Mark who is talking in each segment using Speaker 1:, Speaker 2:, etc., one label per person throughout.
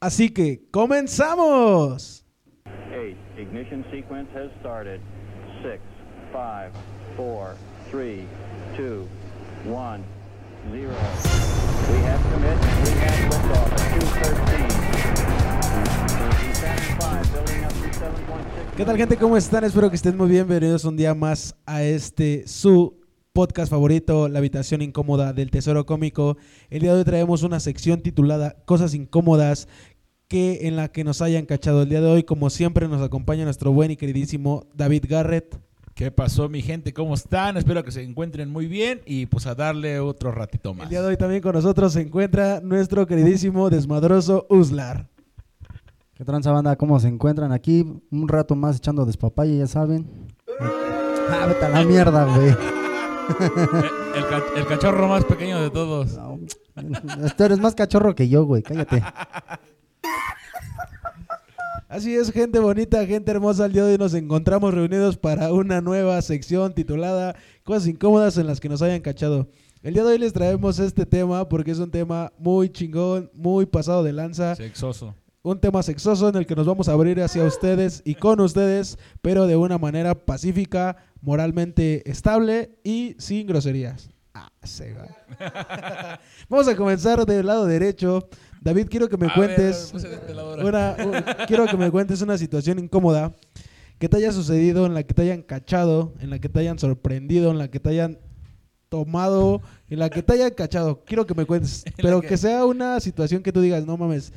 Speaker 1: Así que comenzamos.
Speaker 2: 8. Ignition sequence has started. 6, 5, 4, 3, 2, 1, 0. We have commit. We have liftoff at 213. building up to 7.6.
Speaker 1: ¿Qué tal gente? ¿Cómo están? Espero que estén muy bien. Bienvenidos un día más a este su podcast favorito, La habitación incómoda del Tesoro Cómico. El día de hoy traemos una sección titulada Cosas incómodas que en la que nos hayan cachado el día de hoy. Como siempre nos acompaña nuestro buen y queridísimo David Garrett.
Speaker 3: ¿Qué pasó, mi gente? ¿Cómo están? Espero que se encuentren muy bien y pues a darle otro ratito más.
Speaker 1: El día de hoy también con nosotros se encuentra nuestro queridísimo desmadroso Uslar.
Speaker 4: ¿Qué tranza banda? ¿Cómo se encuentran aquí? Un rato más echando despapalle, ya saben. Ah, vete a la mierda, güey.
Speaker 3: El, el ca- el cachorro más pequeño de todos.
Speaker 4: No, este eres más cachorro que yo, güey. Cállate.
Speaker 1: Así es, gente bonita, gente hermosa. El día de hoy nos encontramos reunidos para una nueva sección titulada Cosas incómodas en las que nos hayan cachado. El día de hoy les traemos este tema porque es un tema muy chingón, muy pasado de lanza,
Speaker 3: Sexoso.
Speaker 1: un tema sexoso en el que nos vamos a abrir hacia ustedes y con ustedes, pero de una manera pacífica, moralmente estable y sin groserías. Ah, se va. vamos a comenzar del lado derecho. David, quiero que me
Speaker 3: A
Speaker 1: cuentes.
Speaker 3: ver, puse de este lado ahora.
Speaker 1: Una- u- quiero que me cuentes una situación incómoda que te haya sucedido, en la que te hayan cachado, en la que te hayan sorprendido, en la que te hayan tomado, en la que te hayan cachado. Quiero que me cuentes,
Speaker 3: la
Speaker 1: pero
Speaker 3: que-
Speaker 1: que sea una situación que tú digas, no mames,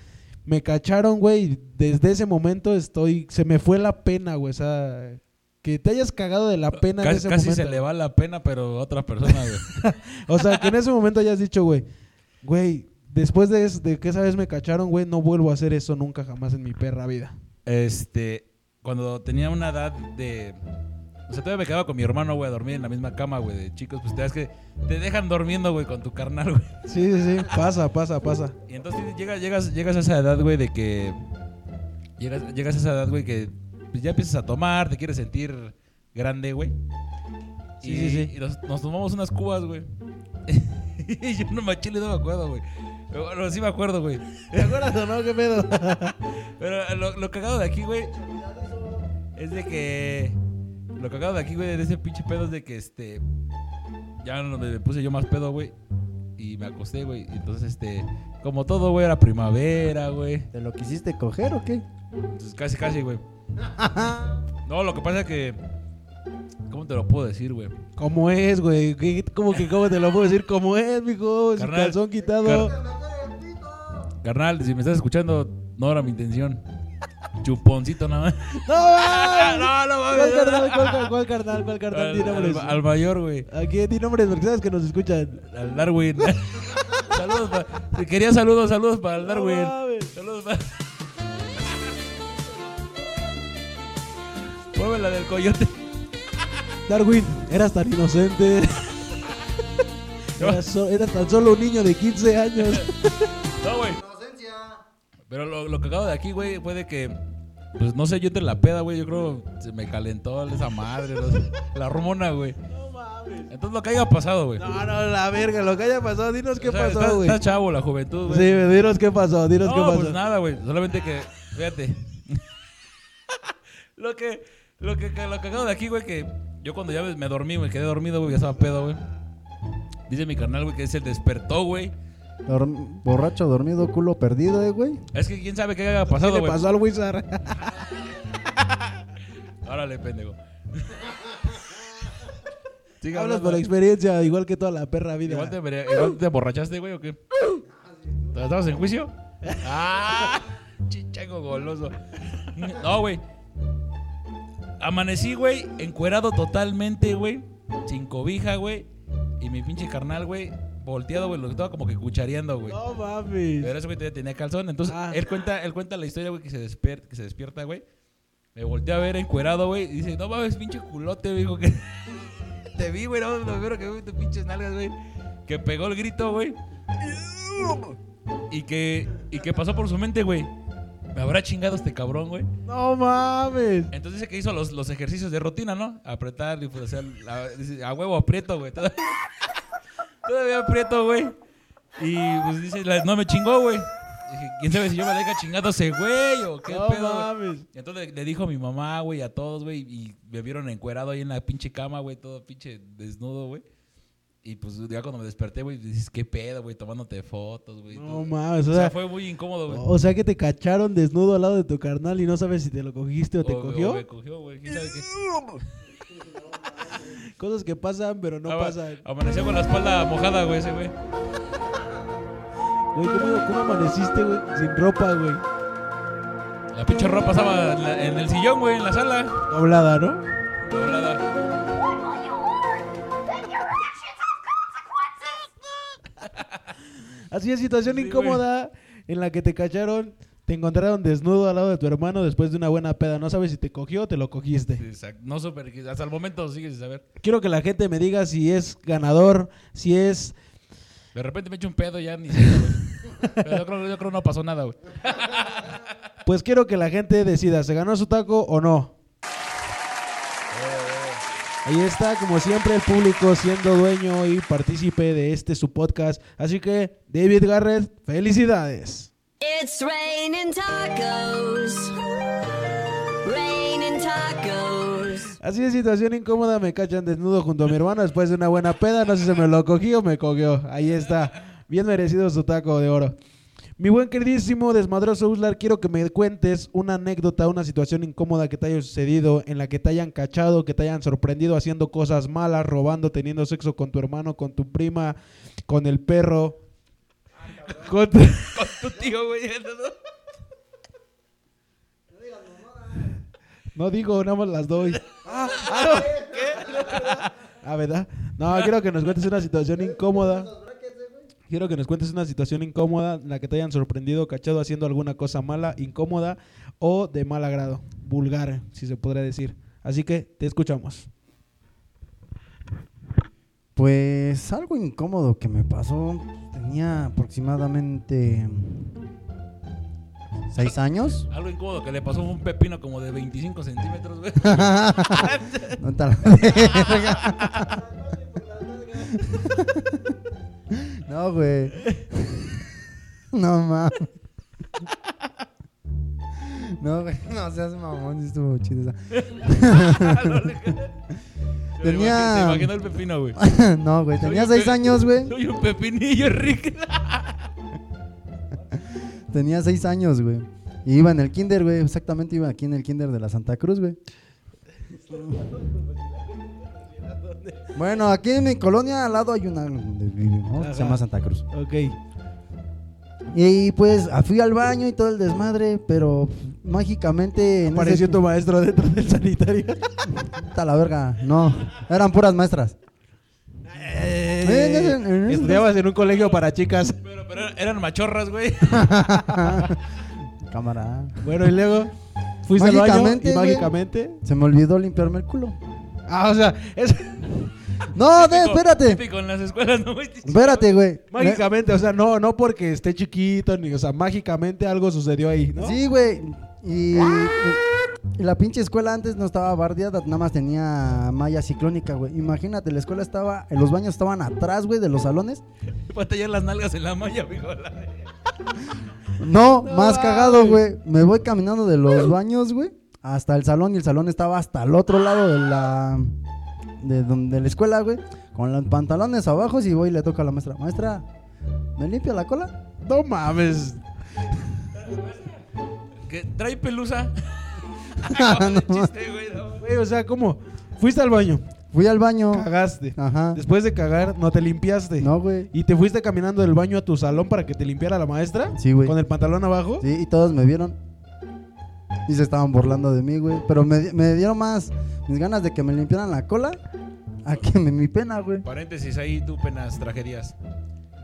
Speaker 1: me cacharon, güey, desde ese momento estoy, se me fue la pena, güey, o sea, que te hayas cagado de la pena en
Speaker 3: Casi,
Speaker 1: ese
Speaker 3: casi
Speaker 1: momento.
Speaker 3: se le va la pena, pero a otra persona, güey.
Speaker 1: O sea, que en ese momento hayas dicho, güey, güey, después de, es- de que esa vez me cacharon, güey, no vuelvo a hacer eso nunca jamás en mi perra vida.
Speaker 3: Este, cuando tenía una edad de... O sea, todavía me quedaba con mi hermano, güey, a dormir en la misma cama, güey, de chicos. Pues te das que te dejan durmiendo, güey, con tu carnal, güey.
Speaker 1: Sí, sí, sí. Pasa, pasa, pasa.
Speaker 3: Y entonces llegas, llegas, llegas a esa edad, güey, de que. Llegas, llegas a esa edad, güey, que pues, ya empiezas a tomar, te quieres sentir grande, güey.
Speaker 1: Sí,
Speaker 3: y,
Speaker 1: sí, sí.
Speaker 3: y nos, nos tomamos unas cubas, güey. y yo no me chile, no me acuerdo, güey. Bueno, sí me acuerdo, güey.
Speaker 1: ¿Te acuerdas o no? ¿Qué pedo?
Speaker 3: Pero eh, lo, lo cagado de aquí, güey, es de que. Lo cagado de aquí, güey, de ese pinche pedo es de que este. Ya no me, me puse yo más pedo, güey. Y me acosté, güey. Y Entonces, este. Como todo, güey, era primavera, güey.
Speaker 4: ¿Te lo quisiste coger o qué?
Speaker 3: Entonces, casi, casi, güey. No, lo que pasa es que. ¿Cómo te lo puedo decir, güey?
Speaker 1: ¿Cómo es, güey? ¿Qué- ¿Cómo que cómo te lo puedo decir? ¿Cómo es, mijo? Sin
Speaker 3: Carnal,
Speaker 1: calzón quitado.
Speaker 3: Carnal, si me estás escuchando, no era mi intención. Chuponcito nada más.
Speaker 1: ¡No, mames!
Speaker 3: no, no
Speaker 1: ¿Cuál
Speaker 3: mames.
Speaker 1: carnal? ¿Cuál, cuál, cuál carnal? ¿Cuál carnal? Di
Speaker 3: Al,
Speaker 1: nombres.
Speaker 3: al- al mayor, güey.
Speaker 1: Aquí di nombres porque sabes que nos escuchan.
Speaker 3: Al Darwin. saludos pa- si Quería saludos, saludos para el Darwin.
Speaker 1: No mames.
Speaker 3: saludos para. Muévela del coyote.
Speaker 1: Darwin, eras tan inocente. Eras, so- eras tan solo un niño de 15 años.
Speaker 3: No, güey. Pero lo, lo cagado de aquí, güey, fue de que. Pues no sé, yo entre la peda, güey. Yo creo se me calentó esa madre. no sé, la hormona, güey.
Speaker 1: No mames.
Speaker 3: Entonces lo que haya pasado, güey.
Speaker 1: No, no, la verga, lo que haya pasado. Dinos qué
Speaker 3: O sea,
Speaker 1: pasó,
Speaker 3: estás-
Speaker 1: güey.
Speaker 3: Estás chavo, la juventud, güey.
Speaker 1: Sí, dinos qué pasó, dinos qué
Speaker 3: No,
Speaker 1: pasó.
Speaker 3: pues nada, güey. Solamente que, fíjate. lo que, lo que, lo cagado de aquí, güey, que yo cuando ya me me dormí, me quedé dormido, güey, ya estaba pedo, güey. Dice mi carnal, güey, que se despertó, güey.
Speaker 4: Dorm- borracho, dormido, culo perdido, eh, güey.
Speaker 3: Es que quién sabe qué haya
Speaker 1: ¿Qué
Speaker 3: pasado,
Speaker 1: le
Speaker 3: güey.
Speaker 1: pasó al Wizard?
Speaker 3: Órale, pendejo. Sigue
Speaker 1: Hablas
Speaker 3: hablando.
Speaker 1: por experiencia, igual que toda la perra vida.
Speaker 3: Igual te, igual te emborrachaste, güey, o qué? ¿Estabas en juicio? ¡Ah! Chichaco goloso. No, güey. Amanecí, güey, encuerado totalmente, güey. Sin cobija, güey. Y mi pinche carnal, güey, volteado, güey, lo que estaba como que cuchareando, güey.
Speaker 1: No mames.
Speaker 3: Pero ese güey todavía tenía calzón. Entonces,
Speaker 1: Ah.
Speaker 3: él, cuenta, él cuenta la historia, güey, que se, despierta, que se despierta, güey. Me volteé a ver encuerado, güey. Y dice, no mames, pinche culote, güey. dijo que... Te vi, güey, no mames, lo primero que vi tus pinches nalgas, güey. Que pegó el grito, güey. Y que, y que pasó por su mente, güey. Me habrá chingado este cabrón, güey.
Speaker 1: No mames.
Speaker 3: Entonces dice que hizo los, los ejercicios de rutina, ¿no? Apretar, y pues, o sea, la- dice, a huevo aprieto, güey. Todavía, todavía aprieto, güey. Y pues dice, la- no me chingó, güey. Dije, ¿quién sabe si yo me la haya chingado ese güey o qué
Speaker 1: No
Speaker 3: pedo? güey?"
Speaker 1: mames.
Speaker 3: Y Entonces le- le dijo a mi mamá, güey, a todos, güey, y me vieron encuerado ahí en la pinche cama, güey, todo pinche desnudo, güey. Y pues ya cuando me desperté, güey, dices, ¿qué pedo, güey? Tomándote fotos, güey.
Speaker 1: No
Speaker 3: todo.
Speaker 1: mames,
Speaker 3: o
Speaker 1: o sea,
Speaker 3: sea,
Speaker 1: ¿Oh,
Speaker 3: fue muy incómodo, güey.
Speaker 1: o sea que te cacharon desnudo al lado de tu carnal y no sabes si te lo cogiste o te cogió.
Speaker 3: me cogió, güey. ¿Quién sabe qué?
Speaker 1: Cosas que pasan, pero no
Speaker 3: Ama-
Speaker 1: pasan.
Speaker 3: Amaneció con la espalda mojada, güey, ese güey.
Speaker 1: Güey, ¿cómo, cómo amaneciste, güey? Sin ropa, güey.
Speaker 3: La pinche ropa estaba en, la- en el sillón, güey, en la sala.
Speaker 1: Doblada, ¿no?
Speaker 3: Doblada.
Speaker 1: Así es, situación
Speaker 3: Sí, güey.
Speaker 1: incómoda en la que te cacharon, te encontraron desnudo al lado de tu hermano después de una buena peda. No sabes si te cogió o te lo cogiste.
Speaker 3: Exacto. No super. Hasta el momento sigue sin saber.
Speaker 1: Quiero que la gente me diga si es ganador, si es...
Speaker 3: De repente me echo un pedo ya ni sé, güey. Pero yo creo, yo creo que no pasó nada, güey.
Speaker 1: Pues quiero que la gente decida, ¿se ganó su taco o no? Ahí está, como siempre, el público siendo dueño y partícipe de este su podcast. Así que, David Garrett, felicidades.
Speaker 5: It's raining tacos. Raining tacos.
Speaker 1: Así de situación incómoda, me cachan desnudo junto a mi hermano después de una buena peda. No sé si me lo cogí o me cogió. Ahí está. Bien merecido su taco de oro. Mi buen queridísimo desmadroso Uslar, quiero que me cuentes una anécdota, una situación incómoda que te haya sucedido, en la que te hayan cachado, que te hayan sorprendido haciendo cosas malas, robando, teniendo sexo con tu hermano, con tu prima, con el perro. Con tu-
Speaker 3: Con tu tío, güey.
Speaker 1: No digo, nada más las doy. Ah, ah, no. Ah, ¿verdad? No, quiero que nos cuentes una situación incómoda. Quiero que nos cuentes una situación incómoda en la que te hayan sorprendido, cachado haciendo alguna cosa mala, incómoda o de mal agrado, vulgar, si se podría decir. Así que te escuchamos.
Speaker 4: Pues algo incómodo que me pasó. Tenía aproximadamente seis años.
Speaker 3: Algo incómodo que le pasó fue un pepino como de 25 centímetros, güey.
Speaker 4: No está la verga. No, güey. No mames. No, güey. No seas mamón, sí estuvo chido esa.
Speaker 3: Se
Speaker 4: Tenía-
Speaker 3: imagina- Se imaginó el pepino, güey.
Speaker 4: No, güey. Tenía
Speaker 3: Soy un
Speaker 4: seis
Speaker 3: pe-
Speaker 4: años, güey.
Speaker 3: Soy un pepinillo, Rick.
Speaker 4: Tenía seis años, güey. Y iba en el kinder, güey. Exactamente iba aquí en el kinder de la Santa Cruz, güey. Bueno, aquí en mi colonia al lado hay una donde vivimos, que se llama Santa Cruz.
Speaker 1: Ok.
Speaker 4: Y pues ah, fui al baño y todo el desmadre, pero pues, mágicamente en
Speaker 1: Apareció
Speaker 4: ese-
Speaker 1: tu maestro dentro del sanitario.
Speaker 4: Puta la verga. No, eran puras maestras. eh, eh, eh.
Speaker 1: Estudiabas en un colegio para chicas.
Speaker 3: Pero, pero eran machorras, güey.
Speaker 4: Cámara.
Speaker 1: Bueno, y luego fuiste al baño
Speaker 4: Mágicamente,
Speaker 1: y
Speaker 4: güey.
Speaker 1: mágicamente.
Speaker 4: Se me olvidó limpiarme el culo.
Speaker 1: Ah, o sea, es.
Speaker 4: No, de,
Speaker 3: Típico-
Speaker 4: espérate.
Speaker 3: Típico en las escuelas, ¿no, güey?
Speaker 4: Espérate, güey.
Speaker 1: Mágicamente, o sea, no, no porque esté chiquito, ni, o sea, mágicamente algo sucedió ahí, ¿no?
Speaker 4: Sí, güey. Y, y la pinche escuela antes no estaba bardeada, nada más tenía malla ciclónica, güey. Imagínate, la escuela estaba, los baños estaban atrás, güey, de los salones.
Speaker 3: Para tallar las nalgas en la malla, mijo. la-
Speaker 1: No
Speaker 4: No, más
Speaker 1: mames.
Speaker 4: cagado, güey. Me voy caminando de los baños, güey, hasta el salón y el salón estaba hasta el otro lado de la de donde la escuela, güey, con los pantalones abajo y voy y le toco a la maestra. Maestra, ¿me limpia la cola?
Speaker 1: No mames.
Speaker 3: Que trae pelusa.
Speaker 4: No.
Speaker 3: Chiste, güey. no.
Speaker 1: Güey, o sea, ¿cómo? Fuiste al baño,
Speaker 4: Fui al baño.
Speaker 1: cagaste.
Speaker 4: Ajá.
Speaker 1: Después de cagar, no te limpiaste.
Speaker 4: Ah. No, güey.
Speaker 1: Y te fuiste caminando del baño a tu salón para que te limpiara la maestra.
Speaker 4: Sí, güey.
Speaker 1: Con el pantalón abajo.
Speaker 4: Sí, y todos me vieron. Y se estaban burlando de mí, güey. Pero me, me dieron más mis ganas de que me limpiaran la cola a que me mi pena, güey.
Speaker 3: Paréntesis ahí, tú penas, tragedias.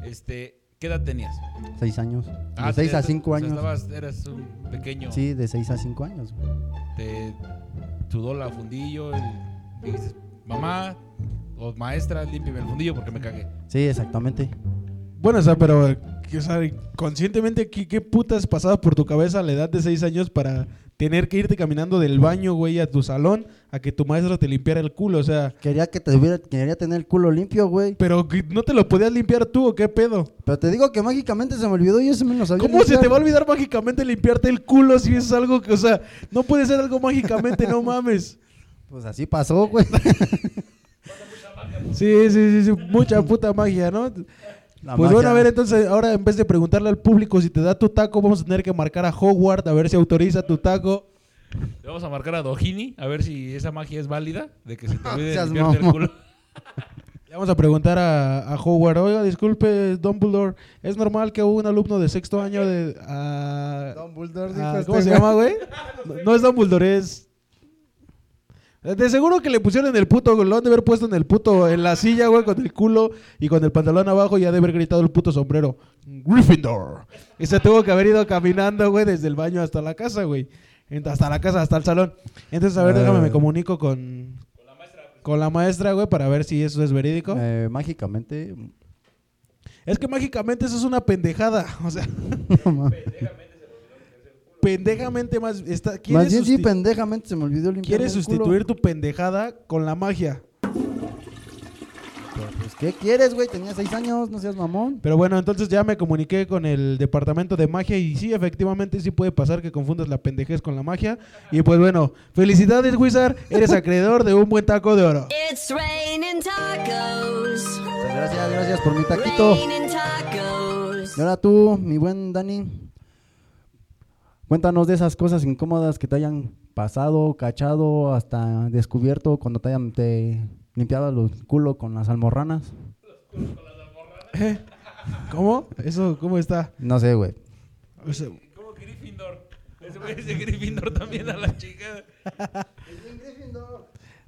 Speaker 3: Este, ¿qué edad tenías?
Speaker 4: Seis años. De
Speaker 3: Ah,
Speaker 4: seis a
Speaker 3: te-
Speaker 4: cinco
Speaker 3: o sea,
Speaker 4: años.
Speaker 3: estabas- eras un pequeño.
Speaker 4: Sí, de seis a cinco años, güey.
Speaker 3: Te sudó la fundillo. el- dijiste, mamá o maestra, límpiame el fundillo porque me cagué.
Speaker 4: Sí, exactamente.
Speaker 1: Bueno, o sea, pero que, o sea, conscientemente, ¿qué, qué putas pasaba por tu cabeza a la edad de 6 años para tener que irte caminando del baño, güey, a tu salón a que tu maestro te limpiara el culo? O sea,
Speaker 4: Quería que te hubiera, quería tener el culo limpio, güey.
Speaker 1: ¿pero que no te lo podías limpiar tú o qué pedo?
Speaker 4: Pero te digo que mágicamente se me olvidó y eso me lo sabía.
Speaker 1: ¿Cómo se
Speaker 4: limpiar.
Speaker 1: te va a olvidar mágicamente limpiarte el culo si es algo que, o sea, no puede ser algo mágicamente, no mames?
Speaker 4: Pues así pasó, güey.
Speaker 1: Sí, sí, sí, sí, mucha puta magia, ¿no?
Speaker 4: La
Speaker 1: pues bueno,
Speaker 4: magia.
Speaker 1: a ver, entonces ahora en vez de preguntarle al público si te da tu taco, vamos a tener que marcar a Howard a ver si autoriza tu taco.
Speaker 3: Le vamos a marcar a Dojini a ver si esa magia es válida de que se te olvide
Speaker 4: Seas
Speaker 3: limpiarte el
Speaker 4: mamón.
Speaker 3: culo.
Speaker 1: Le vamos a preguntar a, a Howard, oiga, disculpe, Dumbledore, ¿es normal que un alumno de sexto año de... a-
Speaker 4: Dumbledore,
Speaker 1: a-
Speaker 4: dijo este
Speaker 1: Ah, ¿Cómo se
Speaker 4: güey.
Speaker 1: llama, güey? No, no es Dumbledore, es... De seguro que le pusieron en el puto, lo han de haber puesto en el puto, en la silla, güey, con el culo y con el pantalón abajo y ha de haber gritado el puto sombrero. Gryffindor. Y se tuvo que haber ido caminando, güey, desde el baño hasta la casa, güey. Ent- Hasta la casa, hasta el salón. Entonces, a ver, déjame, me comunico con... Con la maestra, güey, para ver si eso es verídico.
Speaker 4: Eh, mágicamente.
Speaker 1: Es que mágicamente eso es una pendejada. O sea,
Speaker 4: no mames.
Speaker 1: pendejamente más. Está, ¿quieres,
Speaker 4: Más bien sí,
Speaker 1: susti-
Speaker 4: pendejamente se me olvidó limpiar.
Speaker 1: quieres sustituir tu pendejada con la magia.
Speaker 4: Pues, ¿qué quieres, güey? Tenía seis años, no seas mamón.
Speaker 1: Pero bueno, entonces ya me comuniqué con el departamento de magia y sí, efectivamente sí puede pasar que confundas la pendejez con la magia. Y pues bueno, felicidades, Wizard. Eres acreedor de un buen taco de oro.
Speaker 5: It's raining tacos.
Speaker 4: Muchas gracias, gracias por mi taquito.
Speaker 5: Raining tacos.
Speaker 4: Y ahora tú, mi buen Dani, cuéntanos de esas cosas incómodas que te hayan pasado, cachado, hasta descubierto cuando te hayan te limpiado el culo con las almorranas.
Speaker 1: ¿Eh? ¿Cómo? ¿Eso cómo está?
Speaker 4: No sé, güey.
Speaker 1: O sea,
Speaker 3: ¿Cómo Gryffindor? Ese güey dice Gryffindor también a la chica.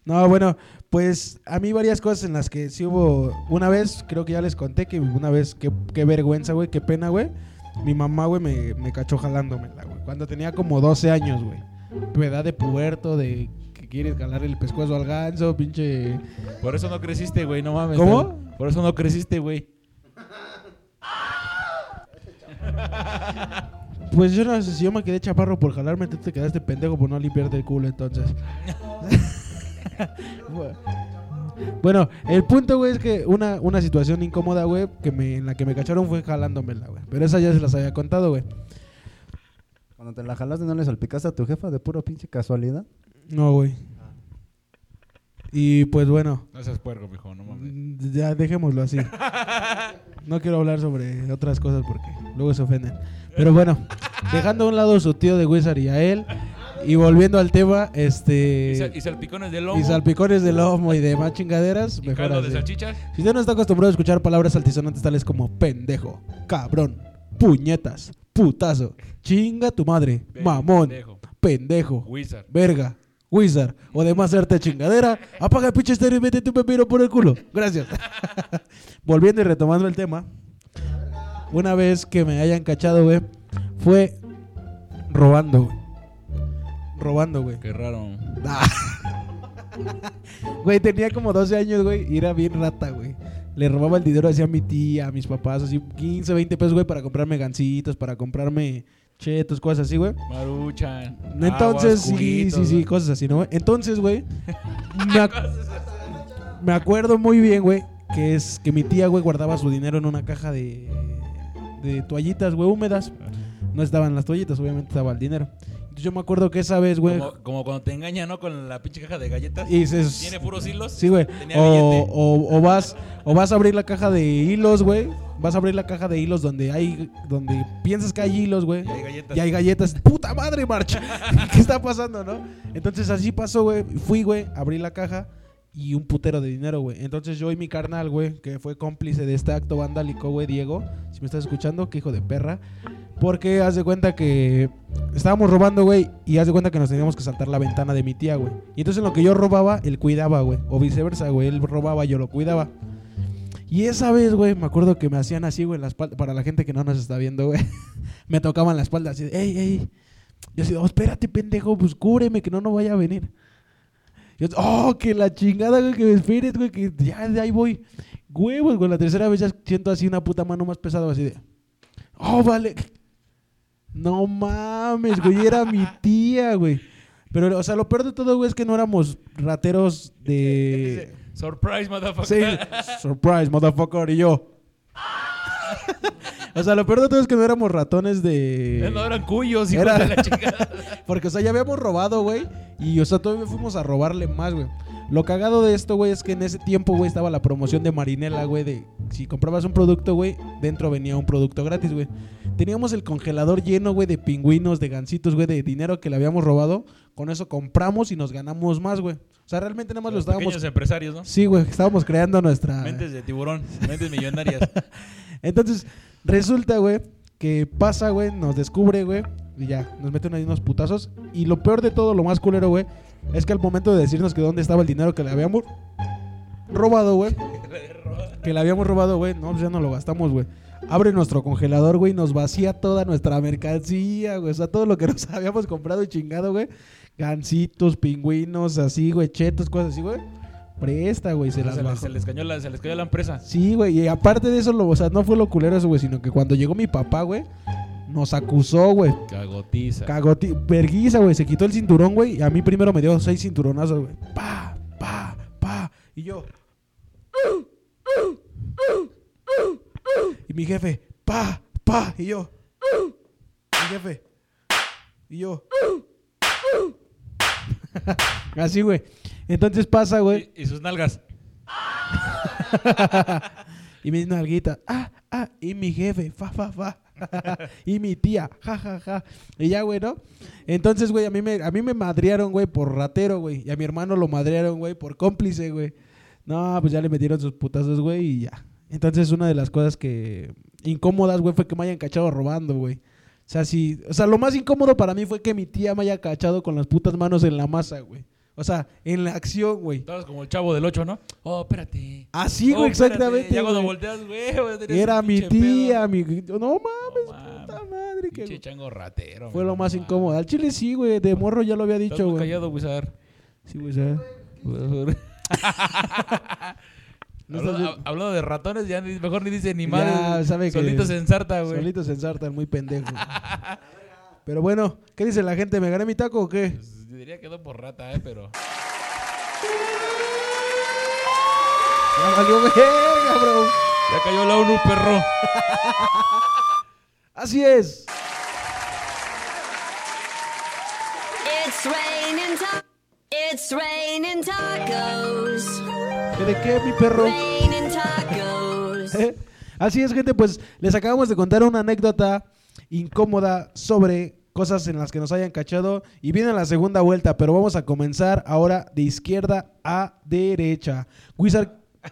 Speaker 1: No, bueno, pues a mí varias cosas en las que sí hubo. Una vez, creo que ya les conté que una vez, qué, qué vergüenza, güey, qué pena, güey. Mi mamá, güey, me, me cachó jalándomela, güey. Cuando tenía como 12 años, güey. Tu Edad de puberto, de que quieres jalar el pescuezo al ganso, pinche.
Speaker 3: Por eso no creciste, güey, no mames.
Speaker 1: ¿Cómo?
Speaker 3: Tal. Por eso no creciste, güey.
Speaker 1: Pues yo no sé si yo me quedé chaparro por jalarme, tú te quedaste pendejo por no limpiarte el culo, entonces. bueno, el punto, güey, es que una, una situación incómoda, güey, que me, en la que me cacharon fue jalándomela, güey. Pero esa ya se las había contado, güey.
Speaker 4: Cuando te la jalaste no le salpicaste a tu jefa de pura pinche casualidad.
Speaker 1: No, güey. Y pues bueno,
Speaker 3: No seas puerco, mijo, no mames.
Speaker 1: ya dejémoslo así. No quiero hablar sobre otras cosas porque luego se ofenden. Pero bueno, dejando a un lado a su tío de Wizard y a él, y volviendo al tema, este...
Speaker 3: Y, sal- y salpicones de lomo.
Speaker 1: Y salpicones de lomo y demás chingaderas.
Speaker 3: y
Speaker 1: mejor
Speaker 3: caldo de
Speaker 1: así.
Speaker 3: salchichas.
Speaker 1: Si usted no está acostumbrado a escuchar palabras altisonantes tales como pendejo, cabrón, puñetas, putazo, chinga tu madre,
Speaker 3: Pe-
Speaker 1: mamón,
Speaker 3: pendejo.
Speaker 1: pendejo,
Speaker 3: Wizard.
Speaker 1: verga, wizard o demás arte chingadera, apaga el pinche estéreo y mete tu pepino por el culo. Gracias. Volviendo y retomando el tema, una vez que me hayan cachado, güey, fue robando, güey. Robando, güey.
Speaker 3: Qué raro.
Speaker 1: Ah. Güey, tenía como 12 años, güey, y era bien rata, güey. Le robaba el dinero así a mi tía, a mis papás, así 15, 20 pesos, güey, para comprarme gancitos, para comprarme chetos, cosas así, güey.
Speaker 3: Maruchan.
Speaker 1: Entonces,
Speaker 3: aguas,
Speaker 1: sí,
Speaker 3: juguitos,
Speaker 1: sí, sí,
Speaker 3: güey.
Speaker 1: cosas así, ¿no? güey? Entonces, güey, me, ac- me acuerdo muy bien, güey, que es que mi tía, güey, guardaba su dinero en una caja de, de toallitas, güey, húmedas. No estaban las toallitas, obviamente estaba el dinero. Entonces, yo me acuerdo que esa vez, güey,
Speaker 3: Como, como cuando te engañan, ¿no? Con la pinche caja de galletas.
Speaker 1: y se-
Speaker 3: Tiene puros hilos.
Speaker 1: Sí, güey.
Speaker 3: Tenía
Speaker 1: O,
Speaker 3: billete.
Speaker 1: o- o vas, o vas a abrir la caja de hilos, güey. Vas a abrir la caja de hilos donde hay, donde piensas que hay hilos, güey.
Speaker 3: Y hay galletas.
Speaker 1: Y hay galletas. Puta madre, marcha. ¿Qué está pasando, no? Entonces así pasó, güey. Fui, güey, abrí la caja y un putero de dinero, güey. Entonces yo y mi carnal, güey, que fue cómplice de este acto vandálico, güey, Diego. Si me estás escuchando, qué hijo de perra. Porque haz de cuenta que estábamos robando, güey, y haz de cuenta que nos teníamos que saltar la ventana de mi tía, güey. Y entonces en lo que yo robaba, él cuidaba, güey. O viceversa, güey. Él robaba, yo lo cuidaba. Y esa vez, güey, me acuerdo que me hacían así, güey, en la espalda. Para la gente que no nos está viendo, güey. me tocaban la espalda así, de, ey, ey. Yo así, de, "Oh, espérate, pendejo, pues cúbreme, que no, no vaya a venir. Yo, oh, que la chingada, güey, que me esperes, güey, que ya de ahí voy. Huevos, güey, la tercera vez ya siento así una puta mano más pesada, así de, Oh, vale. No mames, güey, era mi tía, güey. Pero, o sea, lo peor de todo, güey, es que no éramos rateros
Speaker 3: eh.
Speaker 1: de...
Speaker 3: Surprise, motherfucker.
Speaker 1: Sí, surprise, motherfucker, y yo. o sea, lo peor de todo es que no éramos ratones de...
Speaker 3: No eran cuyos, hijos
Speaker 1: Era-
Speaker 3: de la chingada.
Speaker 1: Porque, o sea, ya habíamos robado, güey. Y, o sea, todavía fuimos a robarle más, güey. Lo cagado de esto, güey, es que en ese tiempo, güey, estaba la promoción de Marinela, güey. De si comprabas un producto, güey, dentro venía un producto gratis, güey. Teníamos el congelador lleno, güey, de pingüinos, de gansitos, güey, de dinero que le habíamos robado. Con eso compramos y nos ganamos más, güey. O sea, realmente nada más lo
Speaker 3: Los Ah.
Speaker 1: estábamos.
Speaker 3: pequeños empresarios, ¿no?
Speaker 1: Sí, güey, estábamos creando nuestra.
Speaker 3: Mentes de tiburón, mentes millonarias.
Speaker 1: Entonces, resulta, güey, que pasa, güey, nos descubre, güey, y ya, nos meten ahí unos putazos. Y lo peor de todo, lo más culero, güey, es que al momento de decirnos que dónde estaba el dinero que le habíamos robado, güey, que le habíamos robado, güey, no, pues ya no lo gastamos, güey. Abre nuestro congelador, güey, y nos vacía toda nuestra mercancía, güey. O sea, todo lo que nos habíamos comprado y chingado, güey. Gancitos, pingüinos, así, güey, chetos, cosas así, güey. Presta, güey, se
Speaker 3: Ah, Se,
Speaker 1: las
Speaker 3: les-
Speaker 1: bajó.
Speaker 3: se les cayó la, se les cayó la empresa.
Speaker 1: Sí, güey, y aparte de eso, lo, o sea, no fue lo culero eso, güey, sino que cuando llegó mi papá, güey, nos acusó, güey.
Speaker 3: Cagotiza.
Speaker 1: Cagoti, verguiza, güey, se quitó el cinturón, güey, y a mí primero me dio seis cinturonazos, güey. Pa, pa, pa. Y yo. Y mi jefe, pa, pa. Y yo. Mi jefe. Y yo. Así, güey. Entonces pasa, güey.
Speaker 3: y, y sus nalgas.
Speaker 1: Y mis nalguitas, ah, ah, y mi jefe, fa, fa, fa. y mi tía, ja, ja, ja. Y ya, güey, ¿no? Entonces, güey, a mí me, a mí me madrearon, güey, por ratero, güey. Y a mi hermano lo madrearon, güey, por cómplice, güey. No, pues ya le metieron sus putazos, güey, y ya. Entonces, una de las cosas que incómodas, güey, fue que me hayan cachado robando, güey. O sea, sí, o sea, lo más incómodo para mí fue que mi tía me haya cachado con las putas manos en la masa, güey. O sea, en la acción, güey.
Speaker 3: Estabas como el chavo del 8, ¿no? Oh, espérate.
Speaker 1: Así, güey,
Speaker 3: Oh, espérate.
Speaker 1: exactamente.
Speaker 3: Ya cuando
Speaker 1: güey.
Speaker 3: volteas, güey. güey, tenés
Speaker 1: Era
Speaker 3: un
Speaker 1: mi
Speaker 3: pinche
Speaker 1: tía,
Speaker 3: pedo.
Speaker 1: mi... No mames,
Speaker 3: No mames.
Speaker 1: puta madre. que-
Speaker 3: Pinche chango ratero.
Speaker 1: Fue
Speaker 3: güey,
Speaker 1: lo
Speaker 3: no
Speaker 1: más
Speaker 3: mames.
Speaker 1: incómodo. Al chile sí, güey. De morro ya lo había
Speaker 3: Estás
Speaker 1: dicho,
Speaker 3: muy
Speaker 1: güey.
Speaker 3: callado, Wizard.
Speaker 1: Sí, güey, ¿sabes? No
Speaker 3: Hablando,
Speaker 1: estás-
Speaker 3: hab- hablando de ratones, ya ni- mejor ni dice ni
Speaker 1: Ya,
Speaker 3: madre.
Speaker 1: sabe que-
Speaker 3: Solitos en sarta, güey.
Speaker 1: Solito se ensartan, muy pendejo. Pero bueno, ¿qué dice la gente? ¿Me gané mi taco o qué?
Speaker 3: Pues, yo diría que no por rata, eh, pero.
Speaker 1: Ya valió verga, bro.
Speaker 3: Ya cayó la ONU, perro.
Speaker 1: Así es.
Speaker 5: It's raining ta- It's raining tacos.
Speaker 1: ¿Que ¿De qué, mi perro?
Speaker 5: Raining tacos.
Speaker 1: ¿Eh? Así es, gente, pues les acabamos de contar una anécdota incómoda sobre cosas en las que nos hayan cachado y viene la segunda vuelta, pero vamos a comenzar ahora de izquierda a derecha. Wizard,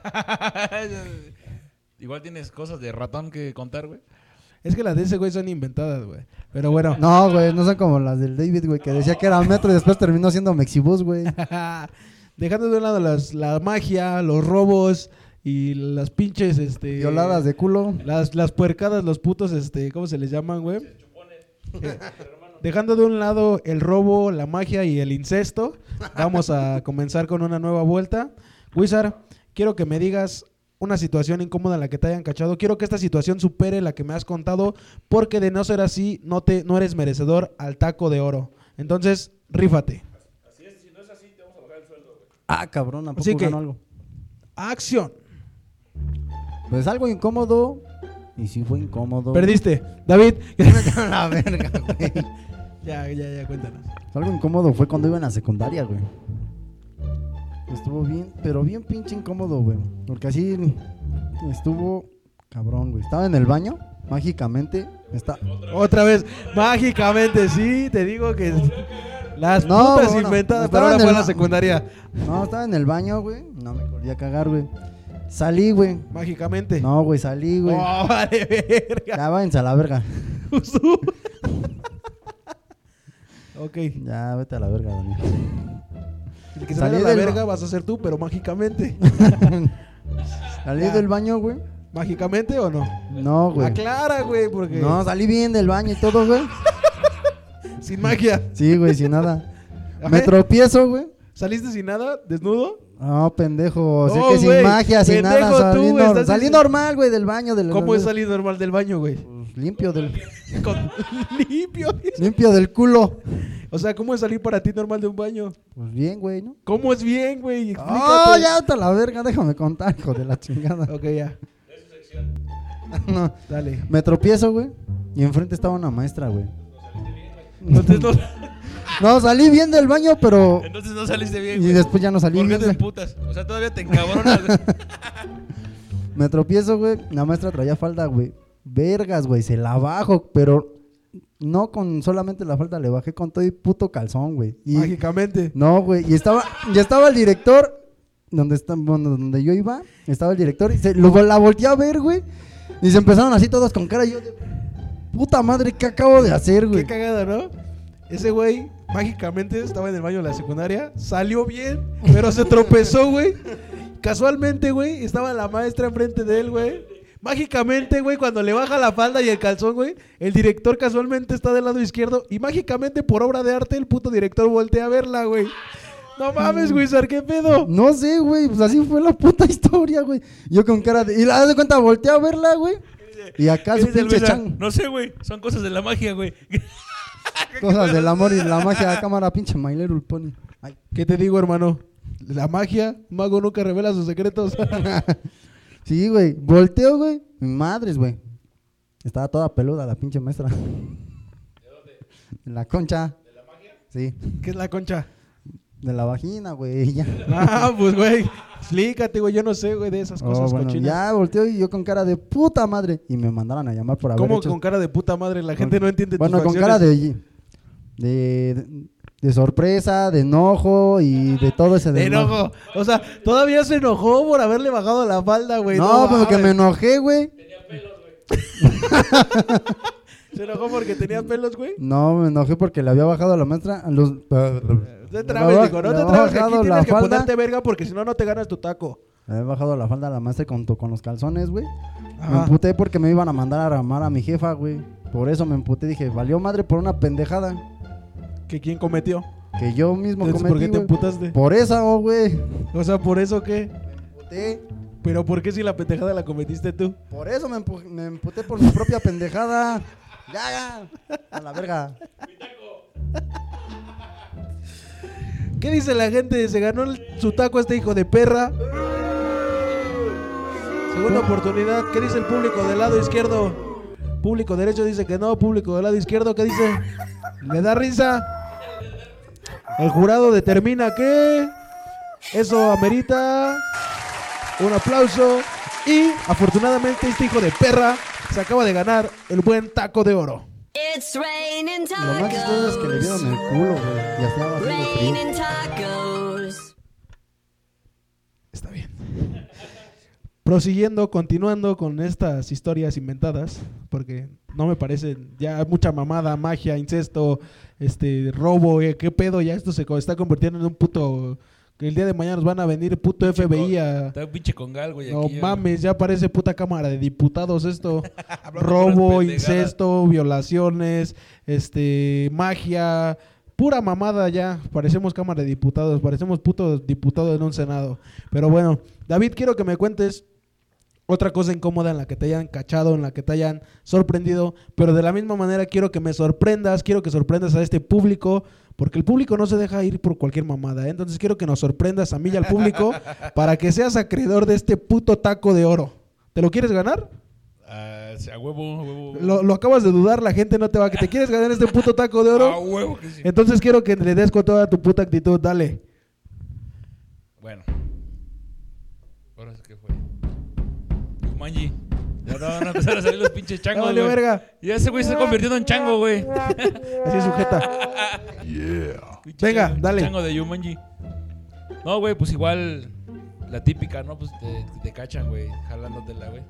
Speaker 3: Igual tienes cosas de ratón que contar, güey.
Speaker 1: es que las de ese güey son inventadas, güey. Pero bueno,
Speaker 4: No, güey, no son como las del David, güey, que decía que era metro y después terminó siendo Mexibus, güey.
Speaker 1: dejando de un lado las, la magia, los robos y las pinches, este...
Speaker 4: Violadas de culo.
Speaker 1: Las, las puercadas, los putos, este, ¿cómo se les llaman, güey? Eh, Dejando de un lado el robo, la magia y el incesto, vamos a comenzar con una nueva vuelta. Wizard, quiero que me digas una situación incómoda en la que te hayan cachado. Quiero que esta situación supere la que me has contado, porque de no ser así, no, te, no eres merecedor al taco de oro. Entonces, rífate.
Speaker 4: Ah, cabrón, ¿a poco
Speaker 1: Así que-
Speaker 4: ganó algo?
Speaker 1: ¡Acción!
Speaker 4: Pues algo incómodo. Y sí fue incómodo.
Speaker 1: Perdiste. David.
Speaker 4: la verga, güey.
Speaker 1: ya, ya, ya, cuéntanos.
Speaker 4: Pues, Algo incómodo fue cuando iba en la secundaria, güey. Estuvo bien, pero bien pinche incómodo, güey. Porque así estuvo cabrón, güey. Estaba en el baño, mágicamente. Está...
Speaker 1: Otra vez, mágicamente, sí, te digo que las
Speaker 4: No,
Speaker 1: putas
Speaker 4: bueno,
Speaker 1: inventadas, pero
Speaker 4: estaba
Speaker 1: ahora
Speaker 4: en
Speaker 1: fue
Speaker 4: el
Speaker 1: a la
Speaker 4: ba-
Speaker 1: secundaria.
Speaker 4: No, estaba en el baño, güey. No me podía cagar, güey. Salí, güey.
Speaker 1: Mágicamente.
Speaker 4: No, güey, salí, güey.
Speaker 1: Oh, vale, verga.
Speaker 4: Ya váyanse a la verga.
Speaker 1: Usu. ok. El
Speaker 4: Ya, vete a la verga, Daniel.
Speaker 1: que se
Speaker 4: Salí
Speaker 1: vaya a la
Speaker 4: del ba-
Speaker 1: verga vas a ser tú, pero mágicamente.
Speaker 4: Salí
Speaker 1: Ya.
Speaker 4: del baño, güey.
Speaker 1: ¿Mágicamente o no?
Speaker 4: No, güey.
Speaker 1: Aclara, güey, porque
Speaker 4: No, salí bien del baño y todo, güey.
Speaker 1: sin magia.
Speaker 4: Sí, güey, sin nada. Me
Speaker 1: Ajá.
Speaker 4: tropiezo, güey.
Speaker 1: ¿Saliste sin nada? ¿Desnudo?
Speaker 4: No, pendejo. Sé
Speaker 1: No,
Speaker 4: que sin
Speaker 1: güey.
Speaker 4: magia, sin
Speaker 1: Pendejo
Speaker 4: nada. Salí,
Speaker 1: tú,
Speaker 4: nor-
Speaker 1: estás
Speaker 4: salí
Speaker 1: diciendo-
Speaker 4: normal, güey, del baño. Del
Speaker 1: ¿Cómo es salir normal del baño, güey?
Speaker 4: pues limpio del,
Speaker 1: Con- limpio.
Speaker 4: limpio del culo.
Speaker 1: O sea, ¿cómo es salir para ti normal de un baño?
Speaker 4: Pues bien, güey, ¿no?
Speaker 1: ¿Cómo es bien, güey? Explícate.
Speaker 4: ¡Oh, ya hasta la verga! Déjame contar, hijo de la chingada.
Speaker 1: Ok, ya.
Speaker 4: No,
Speaker 1: Dale.
Speaker 4: me tropiezo, güey. Y enfrente estaba una maestra, güey.
Speaker 3: Entonces no,
Speaker 4: No, salí bien del baño, pero.
Speaker 3: entonces no saliste bien,
Speaker 4: Y
Speaker 3: güey.
Speaker 4: después ya no salí
Speaker 3: ¿Por qué
Speaker 4: bien,
Speaker 3: te
Speaker 4: güey.
Speaker 3: putas? O sea, todavía te encabronas. güey.
Speaker 4: Me tropiezo, güey. La maestra traía falda, güey. Vergas, güey. Se la bajo, pero no con solamente la falda, le bajé con todo y puto calzón, güey. Y
Speaker 1: Mágicamente.
Speaker 4: no, güey. Y estaba, y estaba el director, donde está, bueno, donde yo iba, estaba el director, y se lo, la volteé a ver, güey. Y se empezaron así todos con cara. Y yo de puta madre, ¿qué acabo de hacer, güey?
Speaker 1: Qué cagada, ¿no? Ese güey mágicamente estaba en el baño de la secundaria, salió bien, pero se tropezó, güey. Casualmente, güey, estaba la maestra enfrente de él, güey. Mágicamente, güey, cuando le baja la falda y el calzón, güey, el director casualmente está del lado izquierdo y mágicamente por obra de arte el puto director voltea a verla, güey. No mames, güey, Sar, qué pedo.
Speaker 4: No sé, güey, pues así fue la puta historia, güey. Yo con cara de. Y la haz de cuenta, volteé a verla, güey. Y acá
Speaker 3: ¿Qué
Speaker 4: su
Speaker 3: dice el
Speaker 4: pinche
Speaker 3: Luisa?
Speaker 4: chan.
Speaker 3: No sé, güey. Son cosas de la magia, güey.
Speaker 4: Cosas del amor y la magia de cámara, pinche My Little Pony. Ay,
Speaker 1: ¿Qué te digo, hermano? La magia, mago nunca revela sus secretos.
Speaker 4: Sí, güey. Volteo, güey. Mi madres, güey. Estaba toda peluda la pinche maestra. ¿De dónde? la concha. ¿De la magia? Sí.
Speaker 1: ¿Qué es la concha?
Speaker 4: De la vagina, güey. Ya.
Speaker 1: Ah, pues, güey, explícate, güey, yo no sé, güey, de esas
Speaker 4: Oh,
Speaker 1: cosas
Speaker 4: bueno,
Speaker 1: cochinas.
Speaker 4: ya volteo y yo con cara de puta madre. Y me mandaron a llamar por haber
Speaker 1: ¿Cómo
Speaker 4: hecho-
Speaker 1: con cara de puta madre? La gente no entiende tus
Speaker 4: Bueno, con
Speaker 1: facciones.
Speaker 4: cara de, de... de- de sorpresa, de enojo y de todo ese
Speaker 1: De
Speaker 4: desmadre.
Speaker 1: enojo. O sea, todavía se enojó por haberle bajado la falda, güey.
Speaker 4: No, pues,
Speaker 1: mames.
Speaker 4: porque me enojé, güey.
Speaker 1: Se enojó porque tenía pelos, güey.
Speaker 4: No, me enojé porque le había bajado a la maestra. a Los...
Speaker 1: No te trabes,
Speaker 4: Le
Speaker 1: digo, no
Speaker 4: había
Speaker 1: te trabes, que aquí
Speaker 4: bajado
Speaker 1: tienes
Speaker 4: la
Speaker 1: que
Speaker 4: falda.
Speaker 1: ponerte verga porque si no, no te ganas tu taco.
Speaker 4: Le había bajado la falda a la maestra con, con los calzones, güey. Me
Speaker 1: Ajá.
Speaker 4: emputé porque me iban a mandar a ramar a mi jefa, güey. Por eso me emputé. Dije, valió madre por una pendejada
Speaker 1: ¿Que quién cometió?
Speaker 4: que yo mismo
Speaker 1: Entonces,
Speaker 4: cometí,
Speaker 1: ¿por qué te
Speaker 4: güey.
Speaker 1: emputaste?
Speaker 4: Por esa, oh, güey. Me
Speaker 1: O sea, ¿por eso qué?
Speaker 4: emputé.
Speaker 1: ¿Pero por qué si la pendejada la cometiste tú?
Speaker 4: Por eso me, empu- me emputé por mi propia pendejada. Ya, ya. A la verga.
Speaker 1: ¿Qué dice la gente? Se ganó el- su taco este hijo de perra. Segunda oportunidad. ¿Qué dice el público del lado izquierdo? Público derecho dice que no. Público del lado izquierdo, ¿qué dice? ¿Le da risa? El jurado determina que eso amerita un aplauso. Y afortunadamente este hijo de perra se acaba de ganar el buen taco de oro.
Speaker 5: It's raining
Speaker 4: Lo más chistoso es que le dieron
Speaker 5: tacos.
Speaker 4: el culo, güey. Y hacía bastante frío.
Speaker 5: Raining tacos.
Speaker 1: Está bien. Prosiguiendo, continuando con estas historias inventadas, porque no me parece ya mucha mamada, magia, incesto, este robo, eh, qué pedo, ya esto se co- está convirtiendo en un puto que el día de mañana nos van a venir puto FBI a
Speaker 3: Está un pinche congal, güey.
Speaker 1: no
Speaker 3: aquí, eh. güey.
Speaker 1: mames, ya parece puta cámara de diputados esto.
Speaker 3: Hablando
Speaker 1: Robo,
Speaker 3: puras pendejadas.
Speaker 1: incesto, violaciones, este, magia, pura mamada ya. Parecemos cámara de diputados, parecemos puto diputado en un senado. Pero bueno, David, quiero que me cuentes otra cosa incómoda en la que te hayan cachado, en la que te hayan sorprendido, pero de la misma manera quiero que me sorprendas, quiero que sorprendas a este público, porque el público no se deja ir por cualquier mamada, ¿eh? entonces quiero que nos sorprendas a mí y al público para que seas acreedor de este puto taco de oro. ¿Te lo quieres ganar?
Speaker 3: Ah, sí, a huevo, a huevo.
Speaker 1: Lo, lo acabas de dudar, la gente no te va a... ¿Te quieres ganar este puto taco de
Speaker 3: a
Speaker 1: oro?
Speaker 3: Ah, huevo que sí.
Speaker 1: Entonces quiero que le des con toda tu puta actitud, dale.
Speaker 3: Bueno. Ahora sí que fue. Yumanji. Ya no van a empezar a salir los pinches
Speaker 1: Ya
Speaker 3: changos,
Speaker 1: valió
Speaker 3: güey.
Speaker 1: verga.
Speaker 3: Ya ese güey se está convirtiendo en chango, güey.
Speaker 1: Así sujeta.
Speaker 3: Pinche
Speaker 1: Venga,
Speaker 3: chango,
Speaker 1: dale.
Speaker 3: Chango de Yumanji. No, güey, pues igual la típica, ¿no? Pues te, te cachan, güey, jalándotela, güey.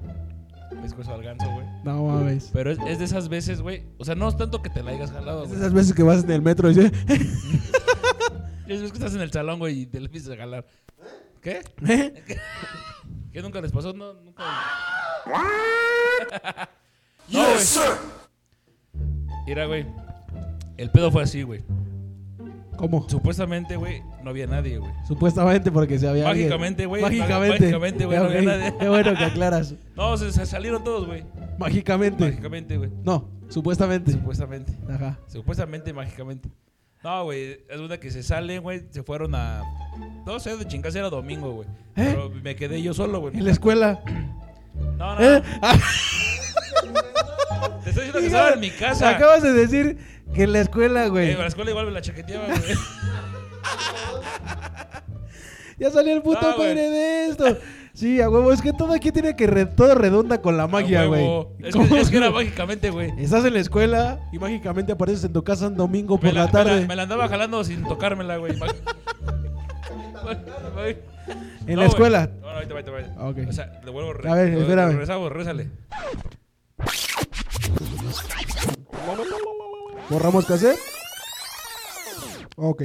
Speaker 3: Ves cosas al ganso, güey.
Speaker 1: No mames.
Speaker 3: Pero es, es de esas veces, güey. O sea, no es tanto que te la hayas jalado,
Speaker 1: Es
Speaker 3: güey.
Speaker 1: esas veces que vas en el metro y dices,
Speaker 3: Es que estás en el salón, güey, y te la empiezas a jalar. ¿Qué?
Speaker 1: ¿eh?
Speaker 3: ¿Qué nunca les pasó? No, nunca. no, güey. Mira, güey. El pedo fue así, güey.
Speaker 1: ¿Cómo?
Speaker 3: Supuestamente, güey, no había nadie, güey.
Speaker 1: Supuestamente porque se había alguien.
Speaker 3: Mágicamente, güey.
Speaker 1: Mágicamente.
Speaker 3: Mágicamente, güey,
Speaker 1: Ya,
Speaker 3: no había
Speaker 1: ok.
Speaker 3: nadie.
Speaker 1: Qué bueno que aclaras.
Speaker 3: No, se, se salieron todos, güey.
Speaker 1: Mágicamente.
Speaker 3: Mágicamente, güey.
Speaker 1: no, supuestamente.
Speaker 3: Supuestamente.
Speaker 1: Ajá.
Speaker 3: Supuestamente, mágicamente. No, güey, es una que se salen, güey, se fueron a... No sé, de chingas era domingo, güey. Pero me quedé yo solo, güey.
Speaker 1: En la escuela.
Speaker 3: No, no,
Speaker 1: ¿Eh?
Speaker 3: Ah, no. Te estoy diciendo que estaba en mi casa.
Speaker 1: Acabas de decir que en la escuela,
Speaker 3: Eh,
Speaker 1: güey.
Speaker 3: a la escuela igual me la chaqueteaba, güey.
Speaker 1: Ya salió el puto
Speaker 3: No, güey.
Speaker 1: padre de esto. Sí, a huevo. Es que todo aquí tiene que... re- todo redonda con la magia,
Speaker 3: A
Speaker 1: güey.
Speaker 3: huevo. Es,
Speaker 1: ¿Cómo?
Speaker 3: que, es que era mágicamente, güey.
Speaker 1: Estás en la escuela y mágicamente apareces en tu casa un domingo
Speaker 3: Me
Speaker 1: por la,
Speaker 3: la, me la-
Speaker 1: tarde.
Speaker 3: me la andaba jalando sin tocármela, güey. Ma- Ma-
Speaker 1: En
Speaker 3: No,
Speaker 1: la escuela.
Speaker 3: güey. No, no, ahorita, ahorita, ahorita.
Speaker 1: Ah, ok.
Speaker 3: O sea, le vuelvo re-
Speaker 1: A ver,
Speaker 3: re-
Speaker 1: espérame.
Speaker 3: Regresamos, regresale.
Speaker 4: ¿Borramos cassette? Ok.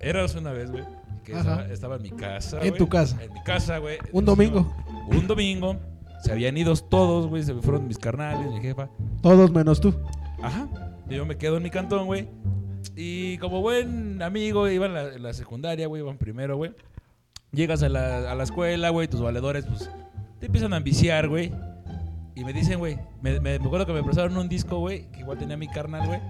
Speaker 3: Eras una vez, güey, que
Speaker 1: Ajá.
Speaker 3: estaba, estaba en mi casa.
Speaker 1: En
Speaker 3: güey.
Speaker 1: tu casa.
Speaker 3: En mi casa, güey.
Speaker 1: Un domingo.
Speaker 3: Un domingo. Se habían ido todos, güey. Se me fueron mis carnales, mi jefa.
Speaker 1: Todos menos tú.
Speaker 3: Ajá. Y Yo me quedo en mi cantón, güey. Y como buen amigo, iba en la, en la secundaria, güey, iban primero, güey. Llegas a la, a la escuela, güey, tus valedores, pues, te empiezan a ambiciar, güey. Y me dicen, güey, me, me- me acuerdo que me prestaron un disco, güey, que igual tenía mi carnal, güey,